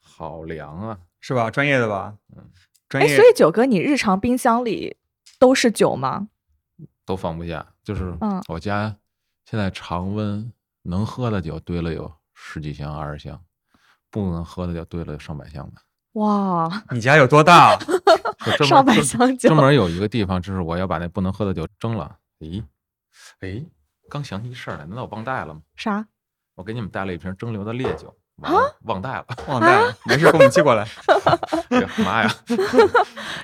好凉啊！
是吧？专业的吧，
嗯，
专
哎，
业
所。以九哥，你日常冰箱里都是酒吗？
都放不下。就是
嗯
我家现在常温能喝的酒堆了有十几箱、二十箱，不能喝的酒堆了有上百箱吧。
哇，
你家有多 *laughs* 大？啊
就
上
专门
百
专
箱酒
专，门有一个地方，就是我要把那不能喝的酒蒸了。咦，哎，刚想起一事儿来，难道我忘带了吗？
啥？
我给你们带了一瓶蒸馏的烈酒，完
啊
了忘带了。 *laughs*
忘带了，没事，给我们寄过来。 *laughs*
哎呀妈呀！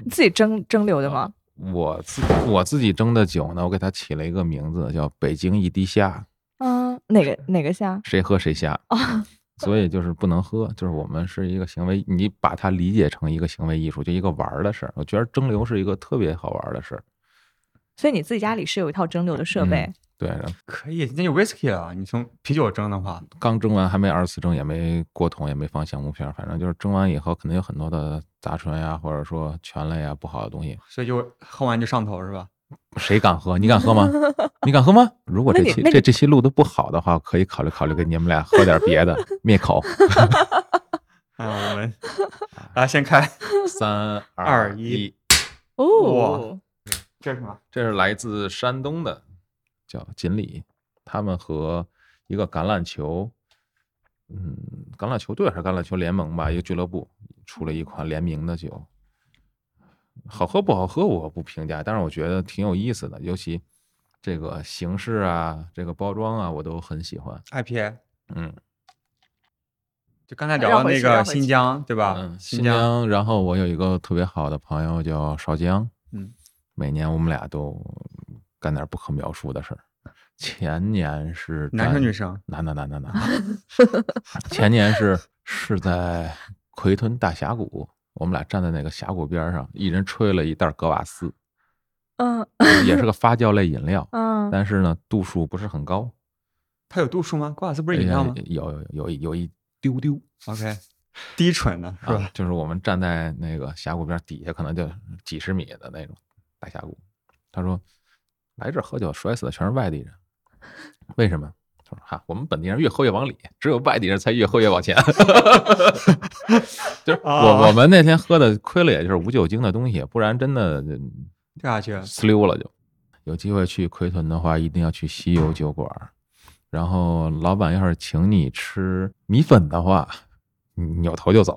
你自己蒸蒸馏的吗？
我自我自己蒸的酒呢，我给它起了一个名字，叫“北京一滴虾”。
嗯，哪个哪个虾？
谁喝谁瞎
哦
所以就是不能喝，就是我们是一个行为，你把它理解成一个行为艺术，就一个玩儿的事儿。我觉得蒸馏是一个特别好玩儿的事儿。
所以你自己家里是有一套蒸馏的设
嗯
备。
对，然后
可以，那有 whisky 啊，你从啤酒蒸的话，
刚蒸完还没二次蒸，也没过桶，也没放橡木片儿，反正就是蒸完以后肯定有很多的杂醇呀，或者说醛类啊不好的东西。
所以就喝完就上头是吧？
谁敢喝？你敢
*laughs*
喝吗？你敢喝吗？如果
那
这
你
期
那
这
你
这期录的不好的话，可以考虑考虑给你们俩喝点别的灭口。
啊，我 *laughs* 们啊先开，
三
二一
一，
哦，
这是什么？
这是来自山东的，叫锦鲤，他们和一个橄榄球，嗯，橄榄球队还是橄榄球联盟吧，一个俱乐部出了一款联名的酒，好喝不好喝我不评价，但是我觉得挺有意思的，尤其这个形式啊，这个包装啊，我都很喜欢。
IPA，
嗯，
就刚才聊
绕
的
回
那
去绕
个
回
新
去
疆，对吧？
嗯，
新
新疆。然后我有一个特别好的朋友叫邵江，
嗯，
每年我们俩都干点不可描述的事儿。前年是
男生
在
女生，
男的男的男的。前年是是在奎屯大峡谷，我们俩站在那个峡谷边儿上，一人吹了一袋格瓦斯，呃
嗯，
也是个发酵类饮料
嗯，
但是呢度数不是很高。
它有度数吗？瓜尔斯不
不
是饮料吗
有有有一有一丢丢
？OK，低醇的是
啊
吧？，
就是我们站在那个峡谷边儿底下，可能就几十米的那种大峡谷。他说来这儿喝酒摔死的全是外地人，为什么？他说哈，我们本地人越喝越往里，只有外地人才越喝越往前。 *laughs* 就是我
啊
我们那天喝的亏了，也就是无酒精的东西，不然真的嗯
掉下去，
呲溜了就。有机会去奎屯的话，一定要去西游酒馆儿。然后老板要是请你吃米粉的话，你扭头就走。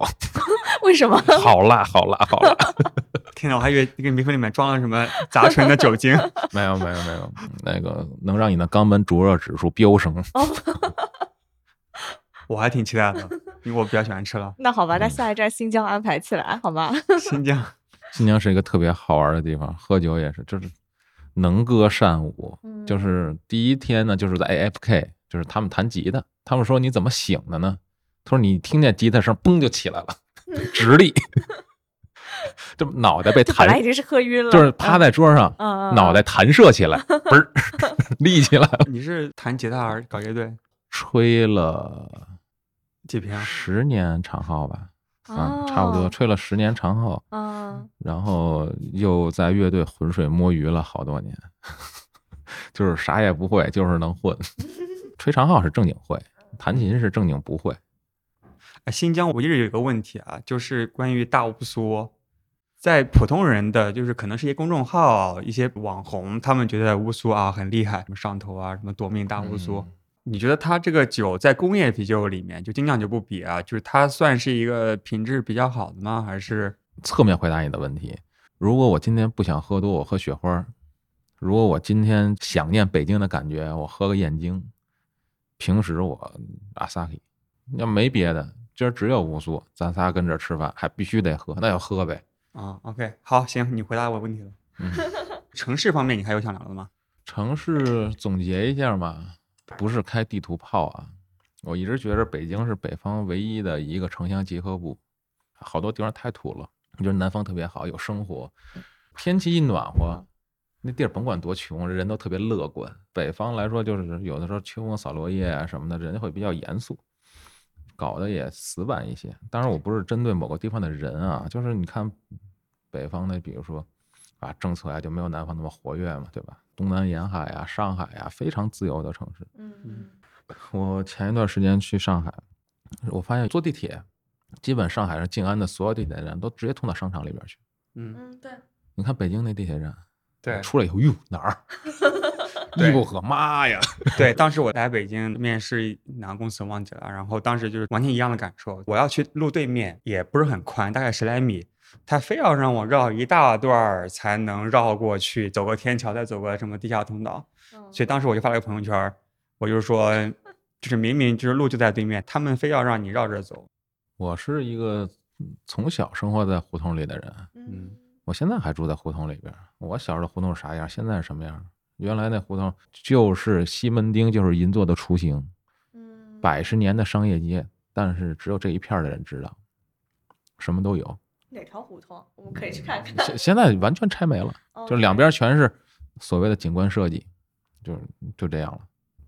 为什
*laughs*
么？ *laughs*
好辣，好辣，好辣！
天哪，我还以为那个米粉里面装了什么杂醇的酒
*laughs*
精。
没有，没有，没有，那个能让你的肛门灼热指数飙升。
哦
我还挺期待的，因为我比较喜欢吃了。
那好
嗯
吧，那下一站新疆安排起来，好 *laughs* 吧？
新疆，
新疆是一个特别好玩的地方，喝酒也是，就是能歌善舞。
嗯
就是第一天呢，就是在 AFK，就是他们弹吉他，他们说你怎么醒的呢？他说你听见吉他声，嘣就起来了，直立， *laughs* 这脑袋
嗯 *laughs*
被
就本来
弹
已，经是喝晕了，
就是趴在桌上，
嗯，嗯
脑袋弹射
*laughs*
起来，嘣儿 *laughs* 立起来了，
你是弹吉他还是搞乐队？
吹了
几瓶啊？
十年长号吧，啊，
哦
差不多吹了十年长号，
嗯，
然后又在乐队浑水摸鱼了好多年， *laughs* 就是啥也不会，就是能混。 *laughs* 吹长号是正经会，弹琴是正经不会。
哎新疆我一直有一个问题啊，就是关于大乌苏，在普通人的就是可能是一些公众号、一些网红，他们觉得乌苏啊很厉害，什么上头啊，什么夺命大乌苏。
嗯
你觉得它这个酒在工业啤酒里面，就精酿酒不比啊，就是它算是一个品质比较好的吗？还是
侧面回答你的问题，如果我今天不想喝多，我喝雪花儿；如果我今天想念北京的感觉，我喝个燕京。平时我阿萨克，要没别的，今儿只有乌苏，咱仨跟这儿吃饭，还必须得喝，那就喝呗。
啊、o k 好，行，你回答我问题了。
嗯。
*laughs* 城市方面，你还有想聊的吗？
城市总结一下嘛，不是开地图炮啊。我一直觉着北京是北方唯一的一个城乡结合部，好多地方太土了。我觉得南方特别好，有生活，天气一暖和，那地儿甭管多穷，人都特别乐观。北方来说，就是有的时候秋风扫落叶啊什么的，人家会比较严肃，搞得也死板一些。当然，我不是针对某个地方的人啊，就是你看北方的，比如说啊，政策呀、就没有南方那么活跃嘛，对吧？东南沿海啊，上海啊，非常自由的城市。
嗯
我前一段时间去上海，我发现坐地铁，基本上海是静安的所有地铁站都直接通到商场里边去。
嗯，
嗯，对，
你看北京那地铁站，
对
出来以后，哟，
*laughs*
哪儿？
对
义布河，妈呀！
对，当时我来北京面试哪个公司忘记了，然后当时就是完全一样的感受。我要去路对面，也不是很宽，大概十来米，他非要让我绕一大段儿才能绕过去，走个天桥，再走个什么地下通道。
嗯
所以当时我就发了个朋友圈儿，我就说，就是明明就是路就在对面，他们非要让你绕着走。
我是一个嗯从小生活在胡同里的人，
嗯
我现在还住在胡同里边儿。我小时候胡同是啥样，现在是什么样？原来那胡同就是西门町，就是银座的雏形，
嗯
百十年的商业街，但是只有这一片儿的人知道，什么都有。
哪条胡同？我们可以去看看。
现现在完全拆没了，嗯
哦
就是两边全是所谓的景观设计，就是就这样了，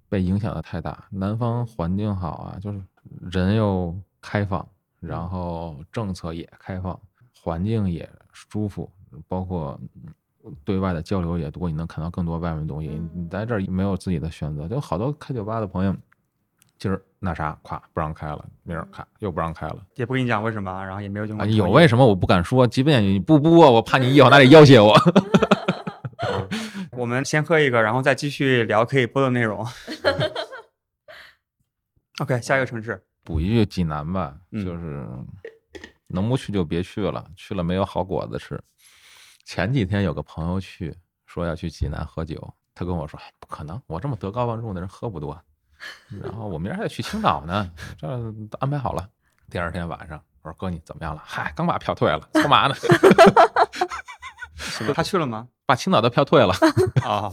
被影响的太大。南方环境好啊，就是人又开放，然后政策也开放，环境也舒服，包括嗯对外的交流也多，你能看到更多外面的东西。你
嗯
你在这儿没有自己的选择，就好多开酒吧的朋友，今儿那啥，咵不让开了，明儿咔又不让开了。
也不跟你讲为什么，然后也没有经
啊，
过
有
为
为什么我不敢说？即便你不播，我怕你一会儿拿里要挟我。
我们先喝一个，然后再继续聊可以播的内
*laughs*
容。OK，下一个城市，
补一句济南吧，
嗯
就是能不去就别去了，去了没有好果子吃。前几天有个朋友去说要去济南喝酒，他跟我说：“哎，不可能，我这么德高望重的人喝不多。”然后我明儿还得去青岛呢，这都安排好了。第二天晚上，我说：“哥，你怎么样了？”嗨，刚把票退了，干嘛呢？ *laughs*
什么他去了吗？
把青岛的票退了，
啊、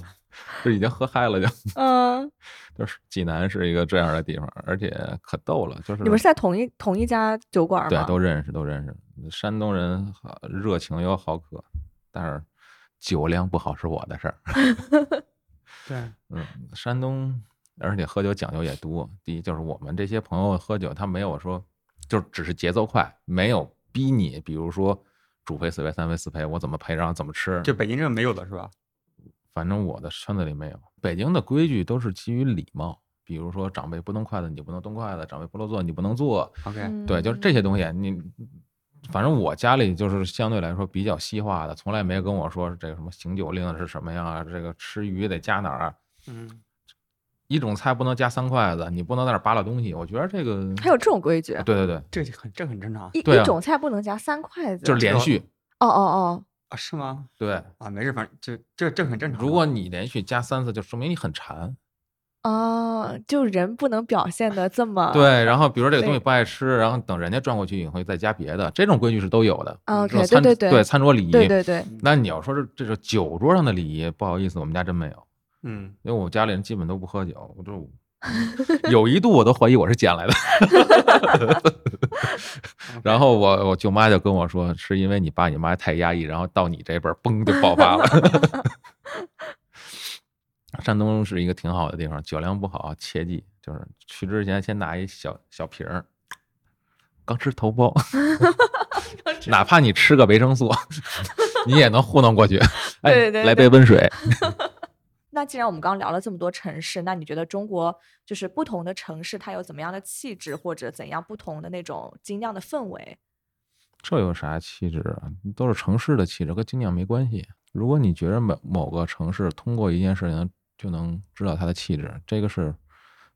就已经喝嗨了就。
嗯，
就是济南是一个这样的地方，而且可逗了，就是
你们是在同一同一家酒馆
对
吗？
都认识都认识。山东人好热情又好客，但是酒量不好是我的事儿。 *laughs*
对，
嗯，山东而且喝酒讲究也多。第一就是我们这些朋友喝酒，他没有说就只是节奏快，没有逼你，比如说主陪、四陪、三陪、四陪，我怎么陪，然后怎么吃，
就北京这个没有的是吧？
反正我的圈子里没有。北京的规矩都是基于礼貌，比如说长辈不动筷子，你不能动筷子；长辈不落座，你不能坐。
OK，、
嗯
对，就是这些东西，你反正我家里就是相对来说比较西化的，从来没跟我说这个什么醒酒令是什么样啊，这个吃鱼得加哪儿啊，
嗯，
一种菜不能加三筷子，你不能在那儿扒拉东西。我觉得这个，
还有这种规矩，
对对对，
这很这很正常
一
啊对啊
一种菜不能夹三筷子，
就是连
就
续
哦哦哦，
啊？是吗？
对。
啊，没事，反正这这这很正常的。啊
如果你连续加三次，就说明你很馋。
哦，就人不能表现的这么
对，然后比如说这个东西
啊对
不爱吃，然后等人家转过去，你会再加别的，这种规矩是都有的。
啊
这种
，OK，对
餐
对
对
对
餐桌礼仪。
对对对，
那你要说这这是酒桌上的礼仪，不好意思，我们家真没有。
嗯，
因为我家里人基本都不喝酒，我
*laughs*
就有一度我都怀疑我是捡来的。然后我我舅妈就跟我说，是因为你爸你妈太压抑，然后到你这边儿嘣就爆发了。
*laughs*
山东是一个挺好的地方，酒量不好切记，就是去之前先拿一小小瓶儿，刚吃头
*laughs*
孢，哪怕你吃个维生素，你也能糊
*laughs*
弄过去。哎，
对对
来
对
杯温水。
那既然我们刚刚聊了这么多城市，那你觉得中国就是不同的城市，它有怎么样的气质，或者怎样不同的那种精酿的氛围？
这有啥气质啊？都是城市的气质，跟精酿没关系。如果你觉得某某个城市通过一件事情就能知道它的气质，这个是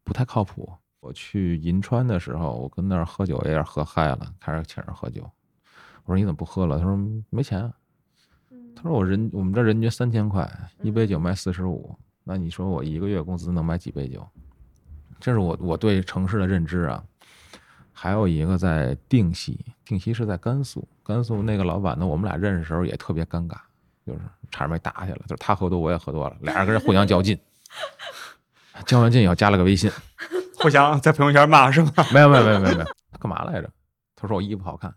不太靠谱。我去银川的时候，我跟那儿喝酒有点喝嗨了，开始请人喝酒。我说你怎么不喝了？他说没钱啊。他说我人我们这人均三千块，一杯酒卖四十五，那你说我一个月工资能买几杯酒？这是我我对城市的认知啊。还有一个在定西，定西是在甘肃，甘肃那个老板呢，我们俩认识的时候也特别尴尬，就是差点没打起来，就是他喝多我也喝多了，俩人跟人互相较劲，较完劲以后加了个微信，
互相在朋友圈骂是吗？
*laughs* 没有没有没有没有没有，他干嘛来着？他说我衣服好看，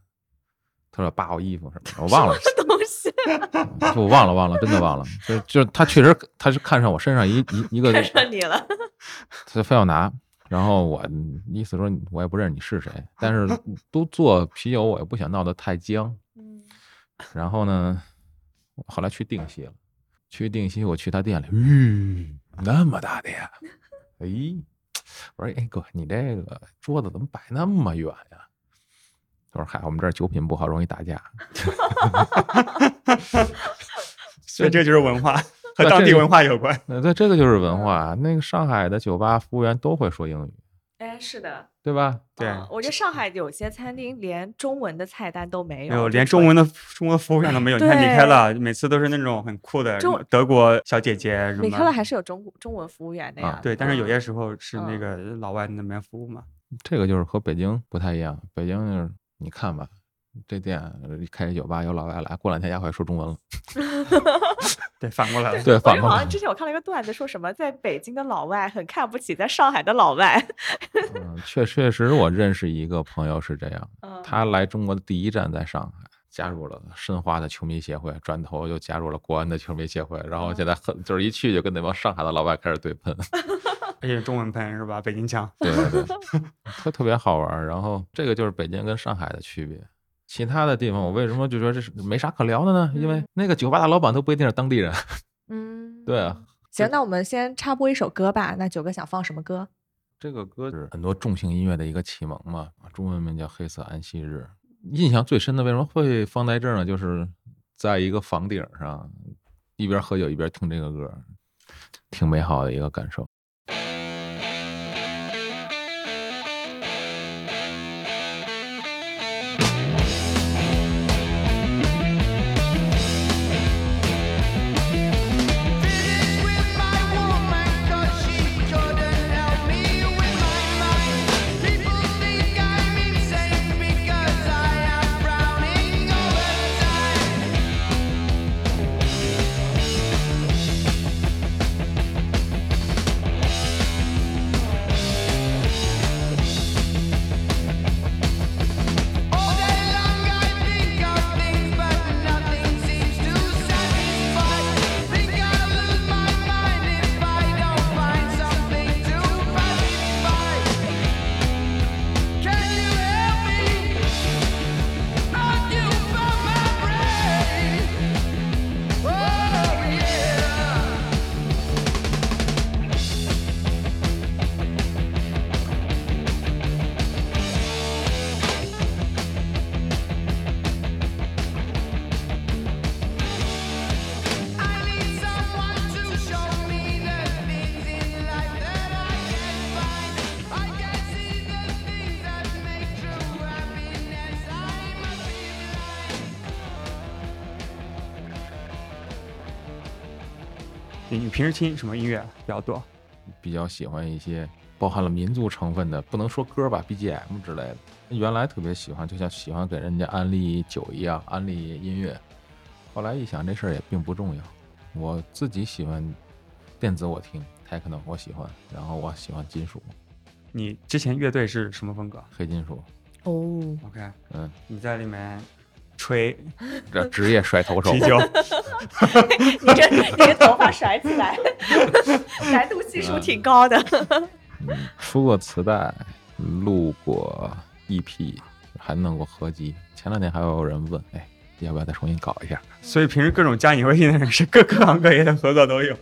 他说扒我衣服什么的，我忘了，
*laughs* 东西
就我忘了忘了，真的忘了，就就他确实他是看上我身上一一一个
*laughs* 看上你了，
他就非要拿。然后我嗯意思说，我也不认识你是谁，但是都做啤酒，我也不想闹得太僵。
嗯，
然后呢，我后来去定西了，去定西，我去他店里，嗯，那么大的呀，哎，我说，哎哥，你这个桌子怎么摆那么远呀？他说，嗨，我们这儿酒品不好，容易打架。
*laughs* 所以这就是文
*laughs*
化，和
对
当地
啊这
文化有关。
那对，这个就是文化。那个上海的酒吧服务员都会说英语，
*laughs* 哎，是的，
对吧？
对，
嗯我觉得上海有些餐厅连中文的菜单都没有，
没有，
就
连
说
中文的中文服务员都没有。你看
对
米开朗，每次都是那种很酷的什
中
么德国小姐姐什么。
米开朗还是有中中文服务员的
啊
呀，
对，但是有
嗯
些时候是那
嗯
个老外那边服务嘛。
这个就是和北京不太一样。北京就是你看吧，这店呃开一酒吧有老外来，过两天丫会说中文了。
对，反过来
*laughs*
了。
对，
我
反嗯
就
过
哎好
来
像。之前我看了一个段子，说什么在北京的老外很看不起在上海的老外，
嗯，确确实，我认识一个朋友是这样，
嗯
他来中国的第一站在上海。加入了申花的球迷协会，转头又加入了国安的球迷协会，然后现在很就是一去就跟那帮上海的老外开始对
*laughs*
喷，
而且哎中文喷是吧？北京腔。
对对对，特特别好玩儿。然后这个就是北京跟上海的区别。其他的地方，我为什么就觉得这是没啥可聊的呢？因为
嗯
那个酒吧的老板都不一定是当地人。
嗯，
对啊。
行，那我们先插播一首歌吧。那九哥想放什么歌？
这个歌是很多重型音乐的一个启蒙嘛，啊中文名叫《黑色安息日》。印象最深的为什么会放在这儿呢？就是在一个房顶上，一边喝酒一边听这个歌，挺美好的一个感受。
你你平时听什么音乐比较多？
比较喜欢一些包含了民族成分的，不能说歌吧，BGM 之类的。原来特别喜欢，就像喜欢给人家安利酒一样，安利音乐。后来一想，这事儿也并不重要。我自己喜欢电子，我听 techno 我喜欢，然后我喜欢金属，
你之前乐队是什么风格
黑金属，
哦，
？OK，
嗯，
你在里面吹
这职业甩头手
啤，
*laughs*
酒，
*laughs* 你这你这头发甩起来， *laughs* 难度系数挺高的。
嗯，出过磁带，录过 EP，还弄过合集。前两天还有人问，哎，要不要再重新搞一下？
所以平时各种加你微信的人是各各行各业的合作都
*laughs*
有，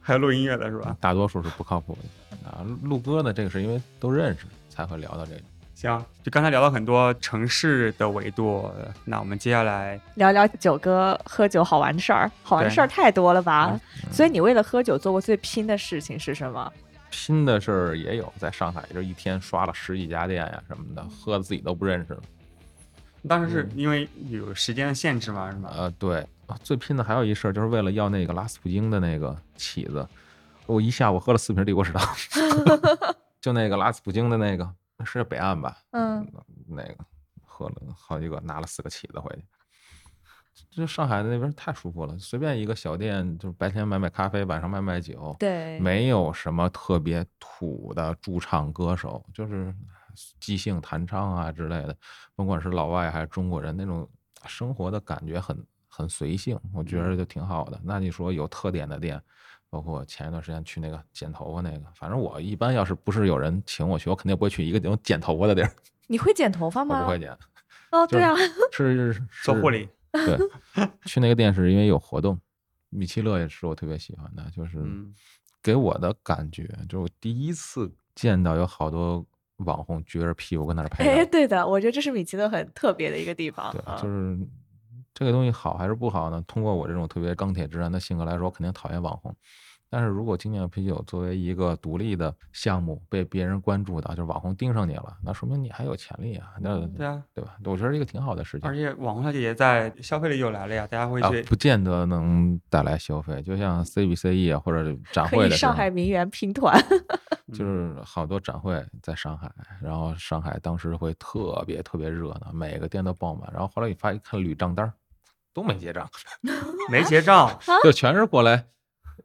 还有录音乐的是吧？
啊大多数是不靠谱的啊。录歌的这个是因为都认识才会聊到这个。
行，就刚才聊了很多城市的维度，那我们接下来
聊聊酒哥喝酒好玩的事儿，好玩的事儿太多了吧？
嗯
所以你为了喝酒做过最拼的事情是什么？
拼的事儿也有，在上海这一天刷了十几家店呀、什么的，喝的自己都不认识了。
当时是
嗯
因为有时间限制嘛，是吗？
呃，对，啊最拼的还有一事儿，就是为了要那个拉斯普京的那个起子，我一下午喝了四瓶帝国史郎， *laughs* 就那个拉斯普京的那个是北岸吧？
嗯，
那个喝了好几个，拿了四个起子回去。这上海那边太舒服了，随便一个小店，就是白天买买咖啡，晚上卖卖酒，
对，
没有什么特别土的驻唱歌手，就是即兴弹唱啊之类的，甭管是老外还是中国人，那种生活的感觉很很随性，我觉得就挺好的。那你说有特点的店，包括前一段时间去那个剪头发那个，反正我一般要是不是有人请我去，我肯定不会去一个那种剪头发的地儿，
你会剪头发
我不
吗
会？剪。
哦，
就
对啊，
是是
*laughs* 做护理，
*laughs* 对，去那个店是因为有活动。米其乐也是我特别喜欢的，就是
嗯，
给我的感觉，就是我第一次见到有好多网红撅着屁股跟那儿拍
哎，
照。
对的，我觉得这是米奇的很特别的一个地方。
对，
嗯
就是这个东西好还是不好呢？通过我这种特别钢铁直男的性格来说，我肯定讨厌网红。但是如果精酿啤酒作为一个独立的项目被别人关注到，就是网红盯上你了，那说明你还有潜力啊，那
对啊，
对吧？我觉得是一个挺好的事情
而。且网红小姐姐在消费力又来了呀，大家会
啊
去，
不见得能带来消费，就像 CBCE 啊或者展
可
会
以
的时
上
候，
海嗯名媛拼团，
就是好多展会在上海，然后上海当时会特别特别热闹，每个店都爆满。然后后来你发现看捋账单儿，都没结账，
没结
*laughs*
账，
啊
就全是过来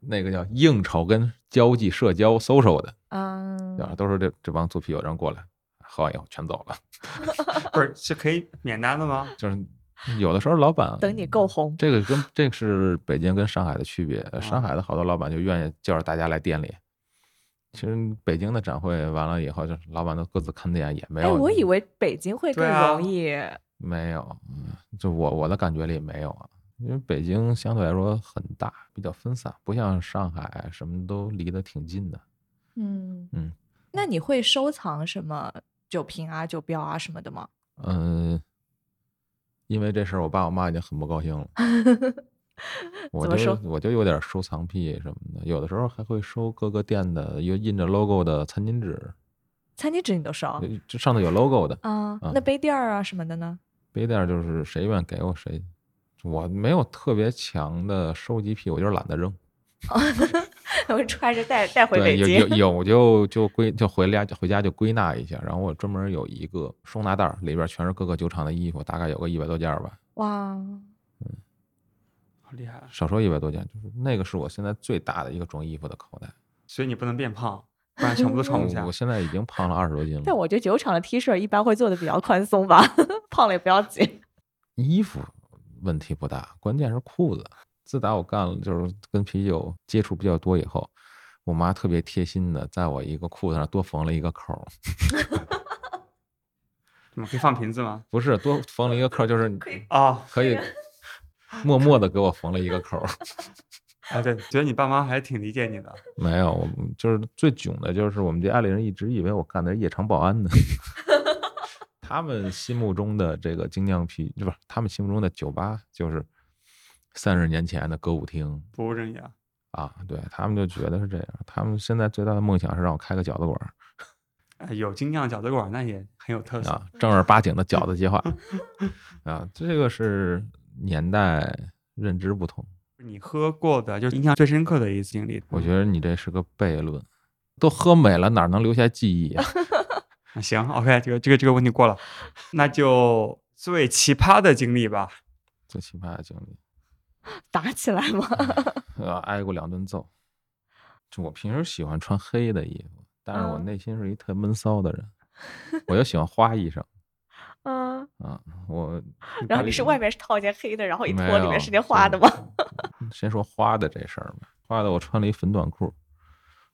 那个叫应酬跟交际社交 social 的，
嗯
对，吧？都是这这帮做啤酒人过来，喝完以后全走了。
不是是可以免单的吗？
就是有的时候老板
等你够红，
嗯这个跟这个是北京跟上海的区别。呃
啊
上海的好多老板就愿意叫着大家来店里。其实北京的展会完了以后，就是老板都各自看店，也没
哎，
有。
我以为北京会更
对啊
容易，
没有，嗯就我我的感觉里没有啊，因为北京相对来啊说很大，比较分散，不像上海什么都离得挺近的。
嗯嗯
嗯
那你会收藏什么酒瓶啊、酒标啊什么的吗？
嗯，因为这事儿，我爸我妈已经很不高兴
*laughs*
了。我
怎么
就
说
我就有点收藏癖什么的，有的时候还会收各个店的有印着 logo 的餐巾纸，
餐巾纸你都收啊？
就就上头有 logo 的啊
那杯垫儿啊什么的呢？ *laughs*
杯垫，就是谁愿意给我谁。我没有特别强的收集癖，我就是懒得扔。
我揣着带带回
对，
北
有
京。
有有就就归就回家就回家就归纳一下，然后我专门有一个收纳袋儿，里边全是各个酒厂的衣服，大概有个一百多件儿吧，
哇，
嗯
好厉害！啊
少说一百多件，就是那个是我现在最大的一个装衣服的口袋。
所以你不能变胖，不然全部都装不下
哦我我。现在已经胖了二十多斤
但
了。
我觉得酒厂的 T 恤一般会做的比较宽松吧， *laughs* 胖了也不要紧。
衣服问题不大，关键是裤子。自打我干了就是跟啤酒接触比较多以后，我妈特别贴心的在我一个裤子上多缝了一个扣儿，
你们可以放瓶子吗？
不是多缝了一个扣儿，就是你
啊，
可以啊 *laughs* 默默的给我缝了一个扣儿。
哎，对，觉得你爸妈还挺理解你的。
没有，我们就是最囧的就是我们这家里人一直以为我干的是夜场保安呢。他们心目中的这个精酿啤，不是他们心目中的酒吧，就是三十年前的歌舞厅
不务正业啊，
啊。对他们就觉得是这样，他们现在最大的梦想是让我开个饺子馆儿
哎有精酿饺子馆儿那也很有特色。
啊，正儿八经的饺子计划啊。这个是年代认知不同，
你喝过的，就是印象最深刻的一次经历，
我觉得你这是个悖论，都喝美了哪能留下记忆啊？
啊行，OK，这个这个这个问题过了，那就最奇葩的经历吧。
最奇葩的经历。
打起来吗？
呃，挨过两顿揍。就我平时喜欢穿黑的衣服，但是我
嗯
内心是一特闷骚的人，我就喜欢花衣裳
嗯，
啊。我
然后你是外面是套一件黑的，然后一
没
脱里
有嗯
面是件花的 *laughs* 吗？？
先说花的这事儿吧，花的我穿了一粉短裤，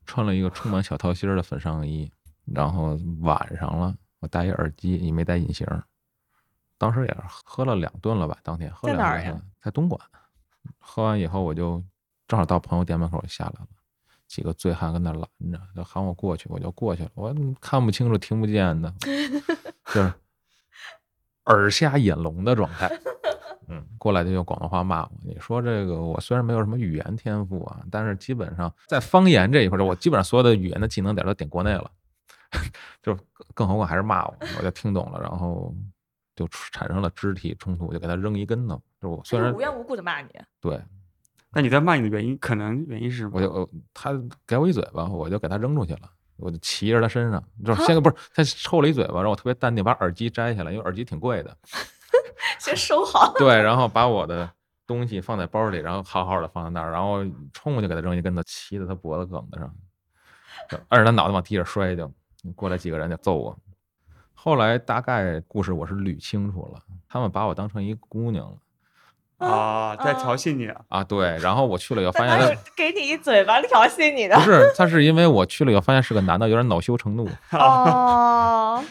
穿了一个充满小桃心儿的粉上衣，然后晚上了，我戴一耳机，也没戴隐形儿。当时也是喝了两顿了吧，当天喝
在
两
哪儿
顿
呀
了，在东莞。喝完以后，我就正好到朋友店门口下来了，几个醉汉跟那儿拦着，就喊我过去，我就过去了。我看不清楚，听不见的， *laughs* 就是耳瞎眼聋的状态。嗯，过来就用广东话骂我。你说这个，我虽然没有什么语言天赋啊，但是基本上在方言这一块儿，我基本上所有的语言的技能点儿都点国内了， *laughs* 就更更何况还是骂我，我就听懂了，然后就出产生了肢体冲突，就给他扔一跟头。就我虽
他
然
就无缘无故的
*laughs*
骂你，
对
那你在骂你的原因，可能原因是什么
我就我他给我一嘴巴，我就给他扔出去了。我就骑着他身上，就是先不是他抽了一嘴巴，让我特别淡定，把耳机摘下来，因为耳机挺贵的。
先收好。
对，然后把我的东西放在包里，然后好好的放在那儿，然后冲过去给他扔一跟头，骑在他脖子梗子上，就摁着他脑袋往地上摔就，过来几个人就揍我。后来大概故事我是捋清楚了，他们把我当成一姑娘了
啊？在调戏你啊？
啊，对，然后我去了以后发
但他
现
有给你一嘴巴调戏你的
*laughs* 他不是，他是因为我去了以后发现是个男的，有点恼羞成怒，
哦，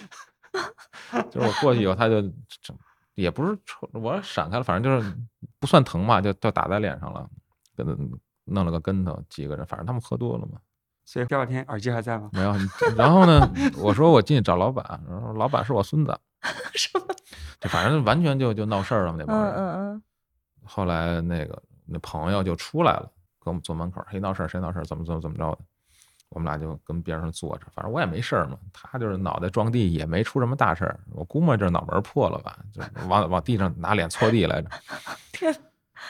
*laughs*
就是我过去以后他就这也不是冲我闪开了，反正就是不算疼嘛，就就打在脸上了，跟他弄了个跟头，几个人，反正他们喝多了嘛。
所以第二天耳机还在吗？
没有。 *laughs* 然后呢，我说我进去找老板，然后老板是我孙子，
什么？
就反正完全就就闹事儿了嘛那
嗯
帮人。
嗯
后来那个那朋友就出来了，跟我们坐门口，谁闹事儿谁闹事儿，怎么怎么怎么着的。我们俩就跟边上坐着，反正我也没事儿嘛。他就是脑袋撞地，也没出什么大事儿。我估摸就是脑门儿破了吧，就是往往地上拿脸搓地来着。
*laughs* 天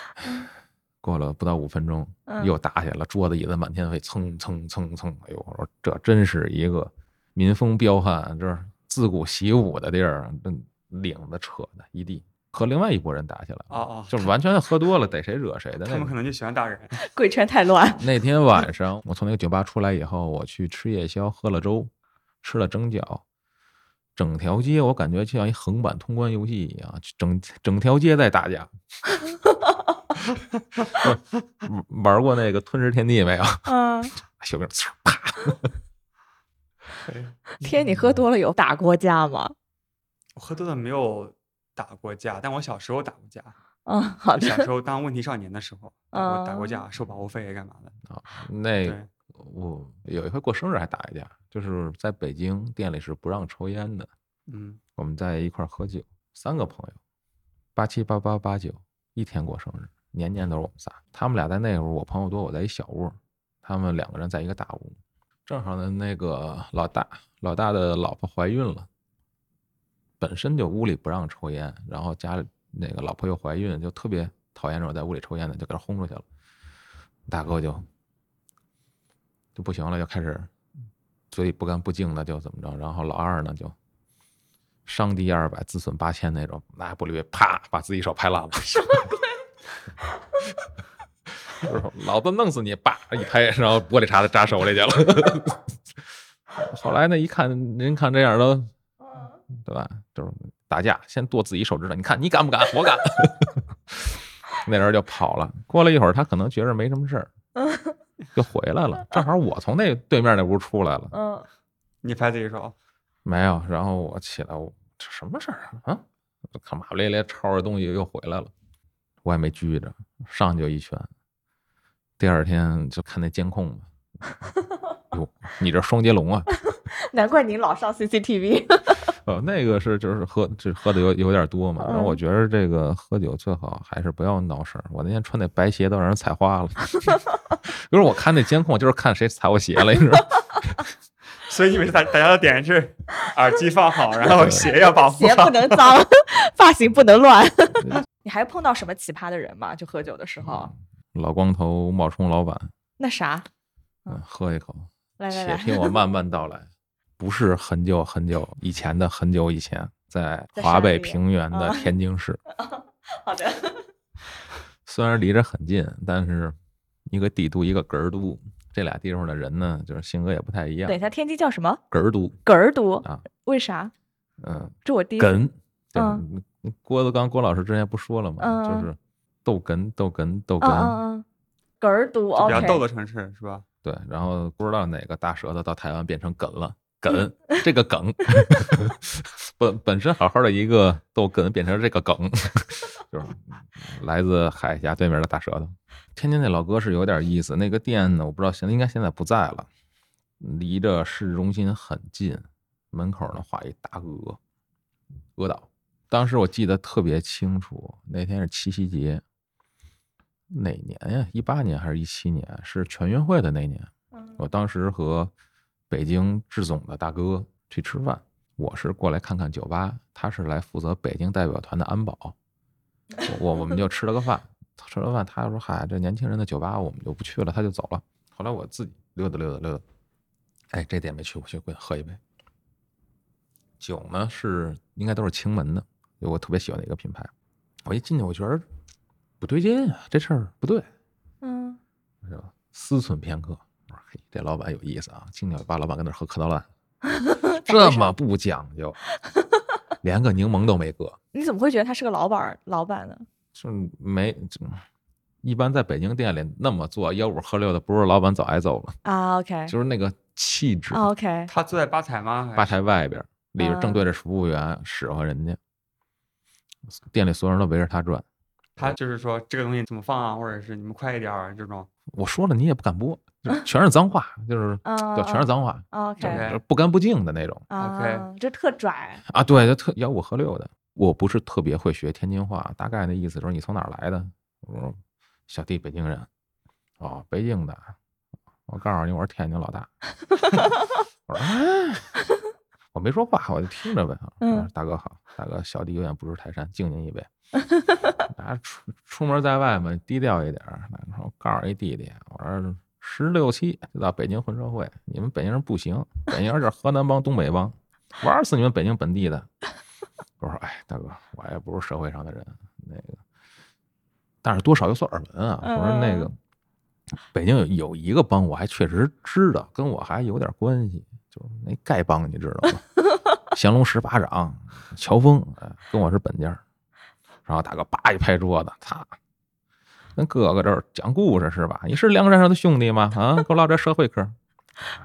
*laughs* 过了不到五分钟，
嗯
又打起来了，桌子椅子满天飞，蹭蹭蹭蹭。哎呦，我说这真是一个民风彪悍，这是自古习武的地儿，这领子扯的一地，和另外一拨人打起来了。
啊啊，
就是完全喝多了，逮谁惹谁的
他
那
们可
种。
能就喜欢打人。 *laughs*
嗯，贵圈太乱。
那天晚上，我从那个酒吧出来以后，我去吃夜宵，喝了粥，吃了蒸饺，整条街我感觉就像一横版通关游戏一样，整整条街在打架。 *laughs* 玩玩过那个《吞食天地》没有？
嗯，
小兵呲啪，
天，你
嗯
喝多了有打过架吗？
我喝多了没有打过架，但我小时候打过
*laughs*
架。
嗯，好
就小
的。
时候当问题少年的时候，我打过架，收保护费干嘛的？
啊那
对
我有一回过生日还打一架，就是在北京店里是不让抽烟的，
嗯，
我们在一块儿喝酒，三个朋友，八七八八八九，一天过生日，年年都是我们仨。他们俩在那屋，我朋友多，我在一小屋，他们两个人在一个大屋。正好呢，那个老大，老大的老婆怀孕了，本身就屋里不让抽烟，然后家里那个老婆又怀孕，就特别讨厌这种在屋里抽烟的，就给他轰出去了。大哥就就不行了，就开始嘴里不干不净的就怎么着，然后老二呢就伤敌二百，自损八千那种，那不理，啪把自己手拍烂了。 *laughs* 什么鬼？就是说老子弄死你！叭一拍，然后玻璃碴子扎手里去了。 *laughs* 后来呢，一看您看这样都，对吧？就是打架，先剁自己手指头。你看你敢不敢？我敢。 *laughs* 那人就跑了。过了一会儿，他可能觉着没什么事儿，就回来了。正好我从那对面那屋出来了，
嗯，
你拍自己手，
没有。然后我起来，我这什么事儿啊？啊，我看马不咧咧抄着东西又回来了，我也没拘着，上去就一拳。第二天就看那监控嘛，哟，你这双截龙啊！
难怪你老上
*laughs*
CCTV。
呃，那个是就是喝，就是喝的有有点多嘛。然后我
嗯
觉得这个喝酒最好还是不要闹事儿。我那天穿那白鞋都让人踩花了， *laughs* 就是我看那监控就是看谁踩我鞋了，你知道吗？
所以你们大大家的点是耳机放好，然后鞋要保护
鞋
好
不。能脏， *laughs* 发型不能乱。 *laughs* 你还碰到什么奇葩的人吗？就喝酒的时
嗯
候，
老光头冒充老板，
那啥，
嗯，喝一口，
来来
且
来，
听我慢慢
*laughs*
道来。不是很久很久以前的很久以前，在
在
华
山里
北平原的
啊
天津市，
好的，
虽然离着很近，但是一个帝都一个哏儿都，这俩地方的人呢，就是性格也不太一样
等一。下，天津叫什么？
哏儿都，
哏儿都
啊？
为啥？
嗯，
这我第一次
哏，就是
嗯
你郭德纲郭老师之前不说了嘛，
嗯嗯
就是逗哏逗哏逗
嗯
哏，
嗯嗯，哏儿都
比较
OK，
逗的城市是吧？
对，然后不知道哪个大舌头到台湾变成梗了，梗这个梗，本本身好好的一个逗哏变成这个梗， *laughs* 就是来自海峡对面的大舌头。天津那老哥是有点意思，那个店呢，我不知道现在应该现在不在了，离着市中心很近，门口呢画一大鹅，鹅岛。当时我记得特别清楚，那天是七夕节，哪年呀？一八年还是一七年？是全运会的那年。
嗯
我当时和北京志总的大哥去吃饭，我是过来看看酒吧，他是来负责北京代表团的安保。我我们就吃了个饭，吃了饭，他就说：“嗨，这年轻人的酒吧我们就不去了。”他就走了。后来我自己溜达溜达溜达，哎，这店没去，我去过去喝一杯。酒呢是应该都是清门的，有我特别喜欢的一个品牌。我一进去，我觉得不对劲啊，这事儿不对。
嗯，
是吧？思忖片刻，我说：“嘿，这老板有意思啊！青鸟吧老板跟那儿喝磕到烂，这么不讲究，连个柠檬都没搁，
你怎么会觉得他是个老板儿老板呢？
就没就一般在北京店里那么做吆五喝六的，不是老板早挨揍了，
啊，OK，
就是那个气质。
啊 OK，
他坐在吧台吗？还是
吧台外边儿，里边正对着服务员使唤人家，店里所有人都围着他转。
他就是说这个东西怎么放啊，或者是你们快一点儿这种。
我说了你也不敢播，就是全是脏话，就是
嗯
对，全是脏话，就
OK
是不干不净的那种。
啊，就特拽， *laughs*
啊，对，就特吆五喝六的。我不是特别会学天津话，大概那意思就是你从哪儿来的？我说小弟北京人，哦，北京的。我告诉你，我是天津老大。我说、啊，我没说话，我就听着呗。
嗯
我说大哥好，大哥，小弟有眼不识泰山，敬您一杯。啊，出出门在外嘛，低调一点儿。然后告诉一弟弟，我说十六七就到北京混社会，你们北京人不行，北京人就是河南帮、东北帮，玩死你们北京本地的。我说，哎，大哥，我也不是社会上的人，那个，但是多少有所耳闻啊。我说那
嗯
个，北京有有一个帮，我还确实知道，跟我还有点关系，就是那丐帮，你知道吗？降龙十八掌，乔峰，哎，跟我是本家儿。然后大哥叭一拍桌子，擦，跟哥哥这儿讲故事是吧？你是梁山上的兄弟吗？啊，给我唠这社会嗑儿，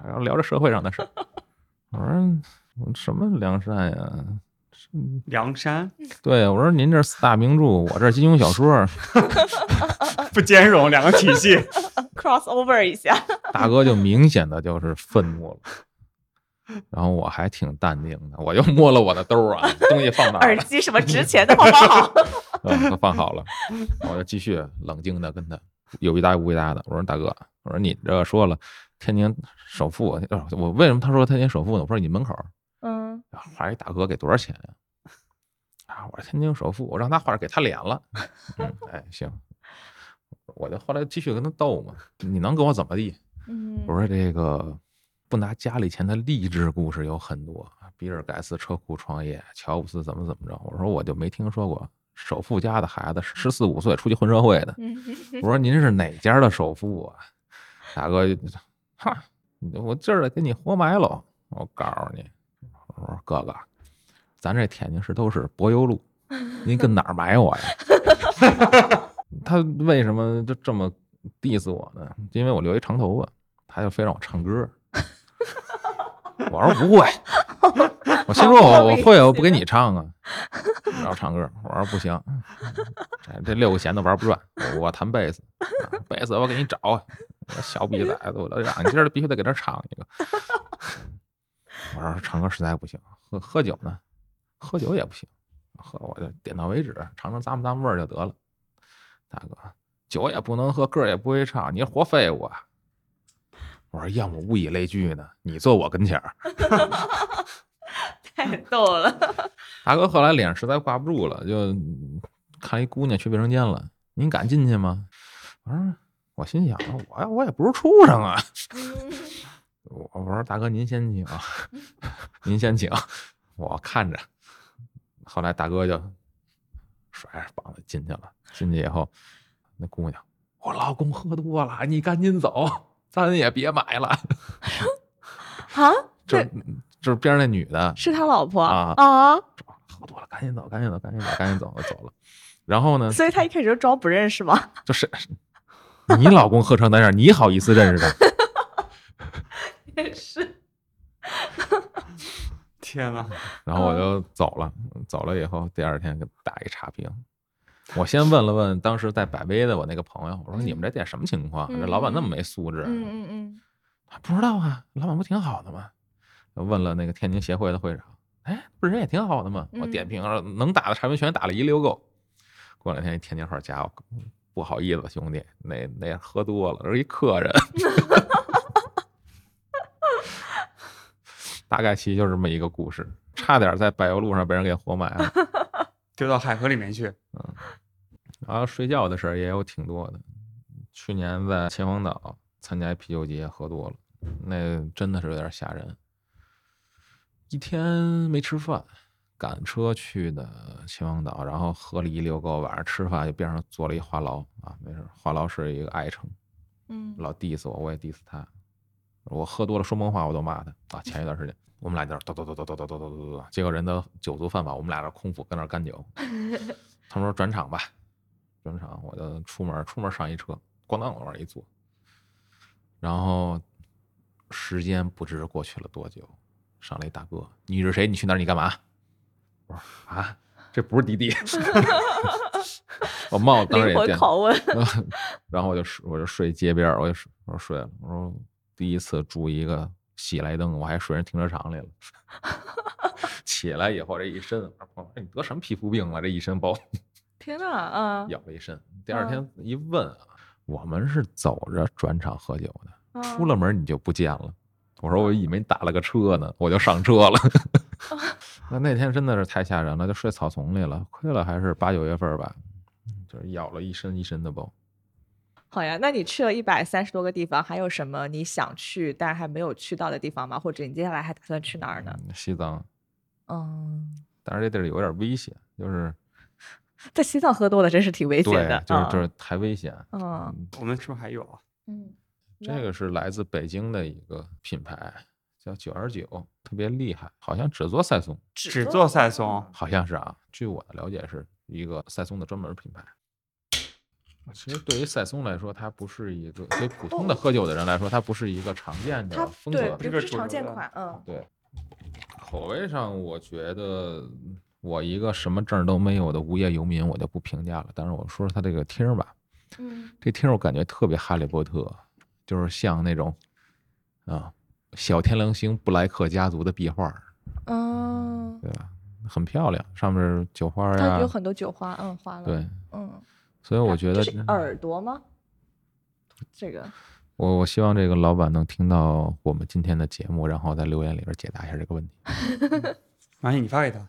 然后聊这社会上的事儿。我说我什么梁山呀？是
梁山
对，我说您这四大名著，我这金庸小说儿，
呃
不兼容两个体系，
*laughs* ，cross over 一下，
大哥就明显的就是愤怒了，然后我还挺淡定的，我又摸了我的兜儿啊，东西放哪儿
耳
了？
机什么值钱的，好不好？
*laughs* 嗯，都放好了，然后我就继续冷静的跟他有一搭无一搭的，我说大哥，我说你这说了天津首富，呃我为什么他说天津首富呢？我说你门口儿
嗯，
画一大哥给多少钱呀、啊？我说天津首富，我让他画给他脸了。嗯，哎，行，我就后来继续跟他斗嘛，你能跟我怎么地？
嗯
我说这个不拿家里钱的励志故事有很多，啊比尔盖茨车库创业，乔布斯怎么怎么着。我说我就没听说过首富家的孩子十四五岁出去混社会的。
嗯
我说您是哪家的首富啊？大哥就，哈，我今儿得给你活埋喽！我告诉你，我说哥哥，咱这天津市都是柏油路，您跟哪儿埋我呀？ *laughs* 他为什么就这么 diss 我呢？因为我留一长头发，他就非让我唱歌。我说不会，我心说我我会，我不给你唱啊。然后唱歌，我说不行，这这六个弦都玩不转，我弹贝斯，啊贝斯我给你找啊，我小逼崽子，我都让你今儿必须得给这唱一个。 *laughs* 我说唱歌实在不行，喝喝酒呢，喝酒也不行，喝我就点到为止，尝尝咂吧咂吧味儿就得了。大哥，酒也不能喝，歌也不会唱，你活废物啊！我说要么物以类聚呢，你坐我跟前儿。
*laughs* 太逗了。
大哥后来脸实在挂不住了，就看一姑娘去卫生间了，您敢进去吗？我说，我心想，我我也不是畜生
*laughs*
啊。我我说大哥您先请，您先请，我看着。后来大哥就甩着膀子进去了，进去以后，那姑娘，我老公喝多了，你赶紧走，咱也别
*laughs*
买了。
啊，
就
对
就是边上那女的，
是他老婆
啊
啊，
喝多了，赶紧走，赶紧走，赶紧走，赶紧走，我走了。然后呢，
所以他一开始就装不认识嘛，
就是你老公喝成那样，你好意思认识他？
也是，
天哪！
然
嗯
后我就走了，走了以后，第二天给打一差评。我先问了问当时在百威的我那个朋友，我说
嗯
你们这店什么情况？
嗯
这老板那么没素质？
嗯嗯嗯，
他不知道啊，老板不挺好的吗？问了那个天津协会的会长，哎，不是人也挺好的吗？我
嗯
点评了能打的产品全打了一溜够。过两天一天津话家伙，不好意思，兄弟，那那喝多了，这是一客人。 *laughs* 大概其实就是这么一个故事，差点在柏油路上被人给活埋了。
丢到海河里面去，
然后睡觉的事儿也有挺多的。去年在秦皇岛参加啤酒节喝多了，那真的是有点吓人。一天没吃饭，赶车去的秦皇岛，然后喝了一溜够，晚上吃饭就边上坐了一话痨啊，没事儿，话痨是一个爱称，
嗯
老 diss 我，我也 diss 他。我喝多了说梦话，我都骂他啊！前一段时间，我们俩在那儿叨叨叨叨叨叨叨叨叨叨，结果人都酒足饭饱，我们俩这空腹跟那儿
*laughs*
干酒。他们说转场吧，转场我就出门，出门上一车，咣当往那儿一坐，然后时间不知过去了多久，上来一大哥，你是谁？你去哪儿？你干嘛？我说啊，这不是
*laughs*
滴滴。 *laughs* 我帽子当时
灵魂
也掉了。
拷问，
*laughs* 然后我就睡，我就睡街边儿，我就睡我就睡了。我说第一次住一个喜来登，我还睡人停车场里了。 *laughs* 起来以后这一身，我说哎你得什么皮肤病了？啊这一身包
天哪，啊
咬了一身。第二天一问啊，我们是走着转场喝酒的，
啊
出了门你就不见了。我说我以为你打了个车呢，我就上车了。那那天真的是太吓人了，就睡草丛里了，亏了还是八九月份儿吧，就是咬了一身一身的包。
好呀，那你去了一百三十多个地方，还有什么你想去但还没有去到的地方吗？或者你接下来还打算去哪儿呢？
嗯西藏
嗯，
但是这地儿有点危险，就是
在西藏喝多了真是挺危险
对
的，，
就是
嗯
就是太危险。
嗯
嗯，
我们是不是还有啊？
嗯，
这个是来自北京的一个品牌，叫九二九，特别厉害，好像只做赛松，
只做赛松，
好像是啊。据我的了解，是一个赛松的专门品牌。其实对于赛松来说，它不是一个对普通的喝酒的人来说，它不是一个常见的
哦它
风
对
格。
这
不
个
是
主
常
流
见
的
款，嗯
对，口味上我觉得我一个什么证儿都没有的无业游民，我就不评价了。但是我说说它这个厅儿吧，
嗯
这厅儿我感觉特别哈利波特，就是像那种啊小天狼星布莱克家族的壁画儿，
嗯，
对啊吧？很漂亮，上面儿酒花儿
它
呀
啊有，很多酒花，嗯，花了，
对，
嗯，
所以我觉得
这是耳朵吗？这个
我我希望这个老板能听到我们今天的节目，然后在留言里边解答一下这个问题。
麻哎烦你发给他。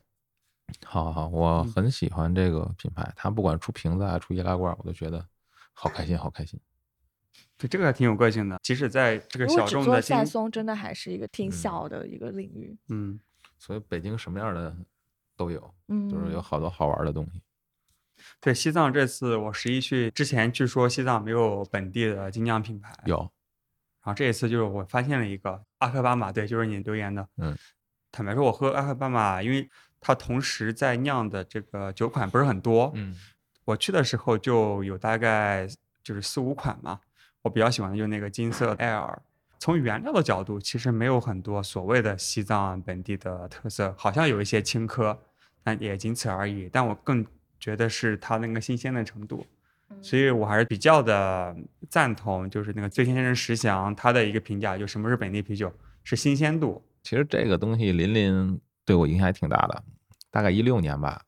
好好好，我
嗯
很喜欢这个品牌，它不管出瓶子啊，出易拉罐儿，我都觉得好开心，好开心。
对，这个还挺有个性的。即使在这个
如果
小
只
众
做
的经
夏，松，真的还是一个挺
嗯
小的一个领域，
嗯，
所以北京什么样的都有，
嗯，
就是有好多好玩的东西。
对，西藏这次我十一去之前，据说西藏没有本地的精酿品牌，
有，
然后这一次就是我发现了一个阿克巴马，对，就是你留言的。
嗯，
坦白说，我喝阿克巴马，因为它同时在酿的这个酒款不是很多。
嗯，
我去的时候就有大概就是四五款嘛，我比较喜欢的就是那个金色艾尔。从原料的角度，其实没有很多所谓的西藏本地的特色，好像有一些青稞，但也仅此而已。但我更觉得是它那个新鲜的程度，所以我还是比较的赞同，就是那个最先生石祥他的一个评价，就什么是本地啤酒，是新鲜度。
其实这个东西林林对我影响还挺大的。大概一六年吧，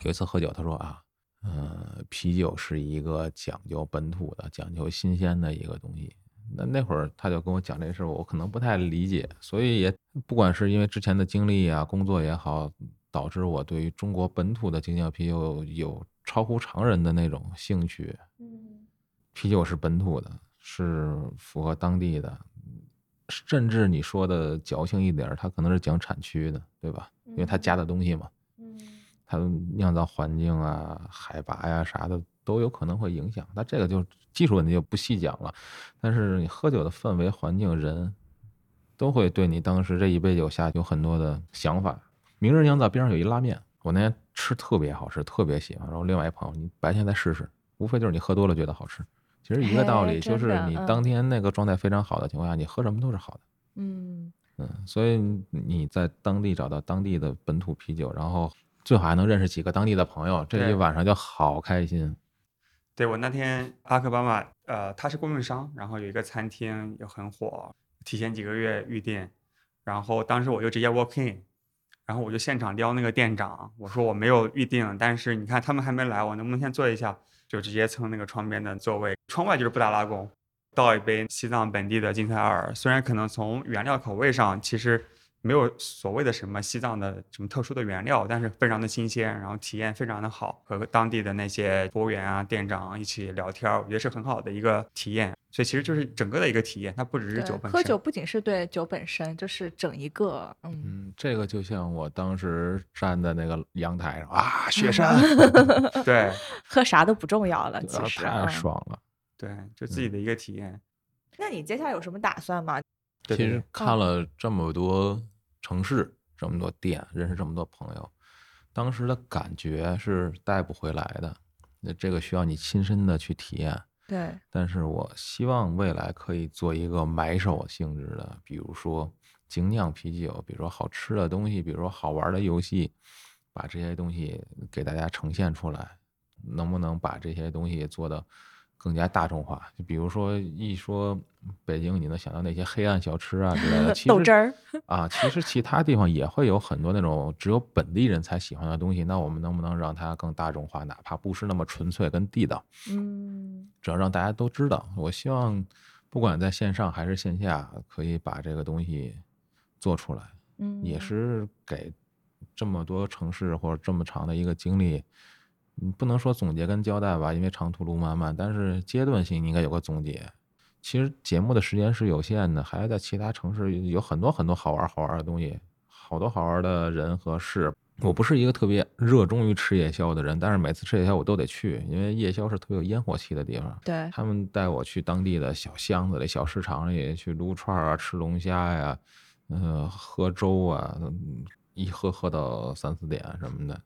有一次喝酒，他说啊，呃，啤酒是一个讲究本土的、讲究新鲜的一个东西。那那会儿他就跟我讲这事儿，我可能不太理解，所以也不管是因为之前的经历啊、工作也好，导致我对于中国本土的精酿啤酒有超乎常人的那种兴趣。
嗯
啤酒是本土的，是符合当地的，甚至你说的矫情一点儿，它可能是讲产区的，对吧？因为它加的东西嘛，
嗯
它酿造环境啊、海拔呀、啥的都有可能会影响。那这个就技术问题就不细讲了，但是你喝酒的氛围、环境、人，都会对你当时这一杯酒下有很多的想法。明日酿造边上有一拉面，我那天吃特别好吃，特别喜欢。然后另外一朋友，你白天再试试，无非就是你喝多了觉得好吃。其实一个道
嘿
理，就
真
是
的
你
嗯
当天那个状态非常好的情况下，你喝什么都是好的。
嗯
嗯，所以你在当地找到当地的本土啤酒，然后最好还能认识几个当地的朋友，这
对
一晚上就好开心。
对我那天阿克巴马，呃，他是供应商，然后有一个餐厅也很火，提前几个月预定，然后当时我就直接 walk in，然后我就现场撩那个店长，我说我没有预定，但是你看他们还没来，我能不能先坐一下？就直接蹭那个窗边的座位，窗外就是布达拉宫，倒一杯西藏本地的金塞尔，虽然可能从原料口味上其实没有所谓的什么西藏的什么特殊的原料，但是非常的新鲜，然后体验非常的好，和当地的那些服务员啊、店长一起聊天儿，我觉得是很好的一个体验。所以其实就是整个的一个体验，它不只是
对
酒本身。
喝酒不仅是对酒本身，就是整一个，嗯，
嗯，这个就像我当时站在那个阳台上 *laughs* 啊，
*laughs*
雪山，
对
喝啥都不重要了，
对啊
其实。
太
嗯
爽了。
对，就自己
嗯
的一个体验。
那你接下来有什么打算吗？
对
其
对
实
对
看了这么多城市，这么多店，认识这么多朋友，当时的感觉是带不回来的。那这个需要你亲身的去体验。
对，
但是我希望未来可以做一个买手性质的，比如说精酿啤酒，比如说好吃的东西，比如说好玩的游戏，把这些东西给大家呈现出来，能不能把这些东西做的更加大众化？就比如说一说北京，你能想到那些黑暗小吃啊之
*laughs*
类的，其
豆
实
汁儿，
啊，其实其他地方也会有很多那种只有本地人才喜欢的东西，那我们能不能让它更大众化，哪怕不是那么纯粹跟地道？
嗯，
只要让大家都知道。我希望不管在线上还是线下，可以把这个东西做出来，
嗯，
也是给这么多城市或者这么长的一个经历，你不能说总结跟交代吧，因为长途路漫漫，但是阶段性你应该有个总结。其实节目的时间是有限的，还要在其他城市有很多很多好玩好玩的东西，好多好玩的人和事。我不是一个特别热衷于吃夜宵的人，但是每次吃夜宵我都得去，因为夜宵是特别有烟火气的地方。
对，
他们带我去当地的小巷子里、小市场里去撸串儿啊、吃龙虾呀、呃，喝粥啊，嗯一喝喝到三四点什么的，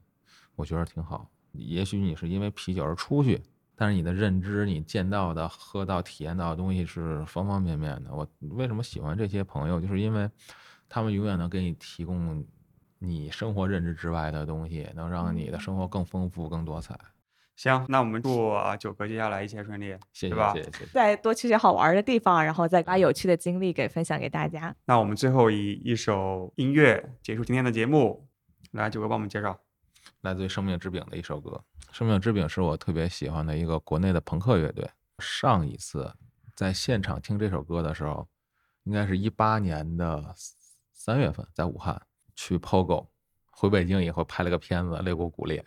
我觉得挺好。也许你是因为啤酒而出去，但是你的认知、你见到的、喝到、体验到的东西是方方面面的。我为什么喜欢这些朋友，就是因为他们永远能给你提供你生活认知之外的东西，能让你的生活更丰富、更多彩。
行，那我们祝啊九哥接下来一切顺利。
谢谢
是吧
谢谢谢谢。
再多去些好玩的地方，然后再把有趣的经历给分享给大
*laughs*
家。
那我们最后以一首音乐结束今天的节目，来九哥帮我们介绍。
来自于《生命之饼》的一首歌，《生命之饼》是我特别喜欢的一个国内的朋克乐队。上一次在现场听这首歌的时候，应该是一八年的三月份，在武汉去 POGO，回北京以后拍了个片子《肋骨骨裂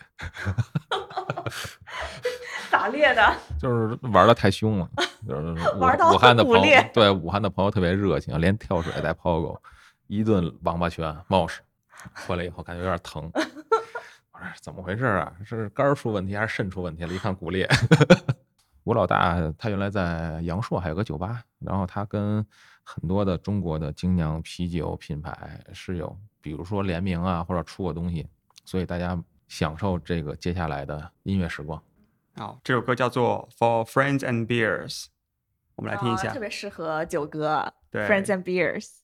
打猎的，》，
就是玩的太
*laughs*
凶了，就是武
玩到
武汉的
骨
朋友
裂
对武汉的朋友特别热情，连跳水带 POGO，一顿王八拳冒失，回来以后感觉有
*laughs*
点疼。我说怎么回事啊？是肝儿出问题还是肾出问题了？一看骨裂。 *laughs* 吴老大他原来在阳朔还有个酒吧，然后他跟很多的中国的精酿啤酒品牌是有，比如说联名啊，或者出过东西，所以大家享受这个接下来的音乐时光。
好，这首歌叫做《For Friends and Beers》，我们来听一下。
啊特别适合九哥
对
，Friends and Beers。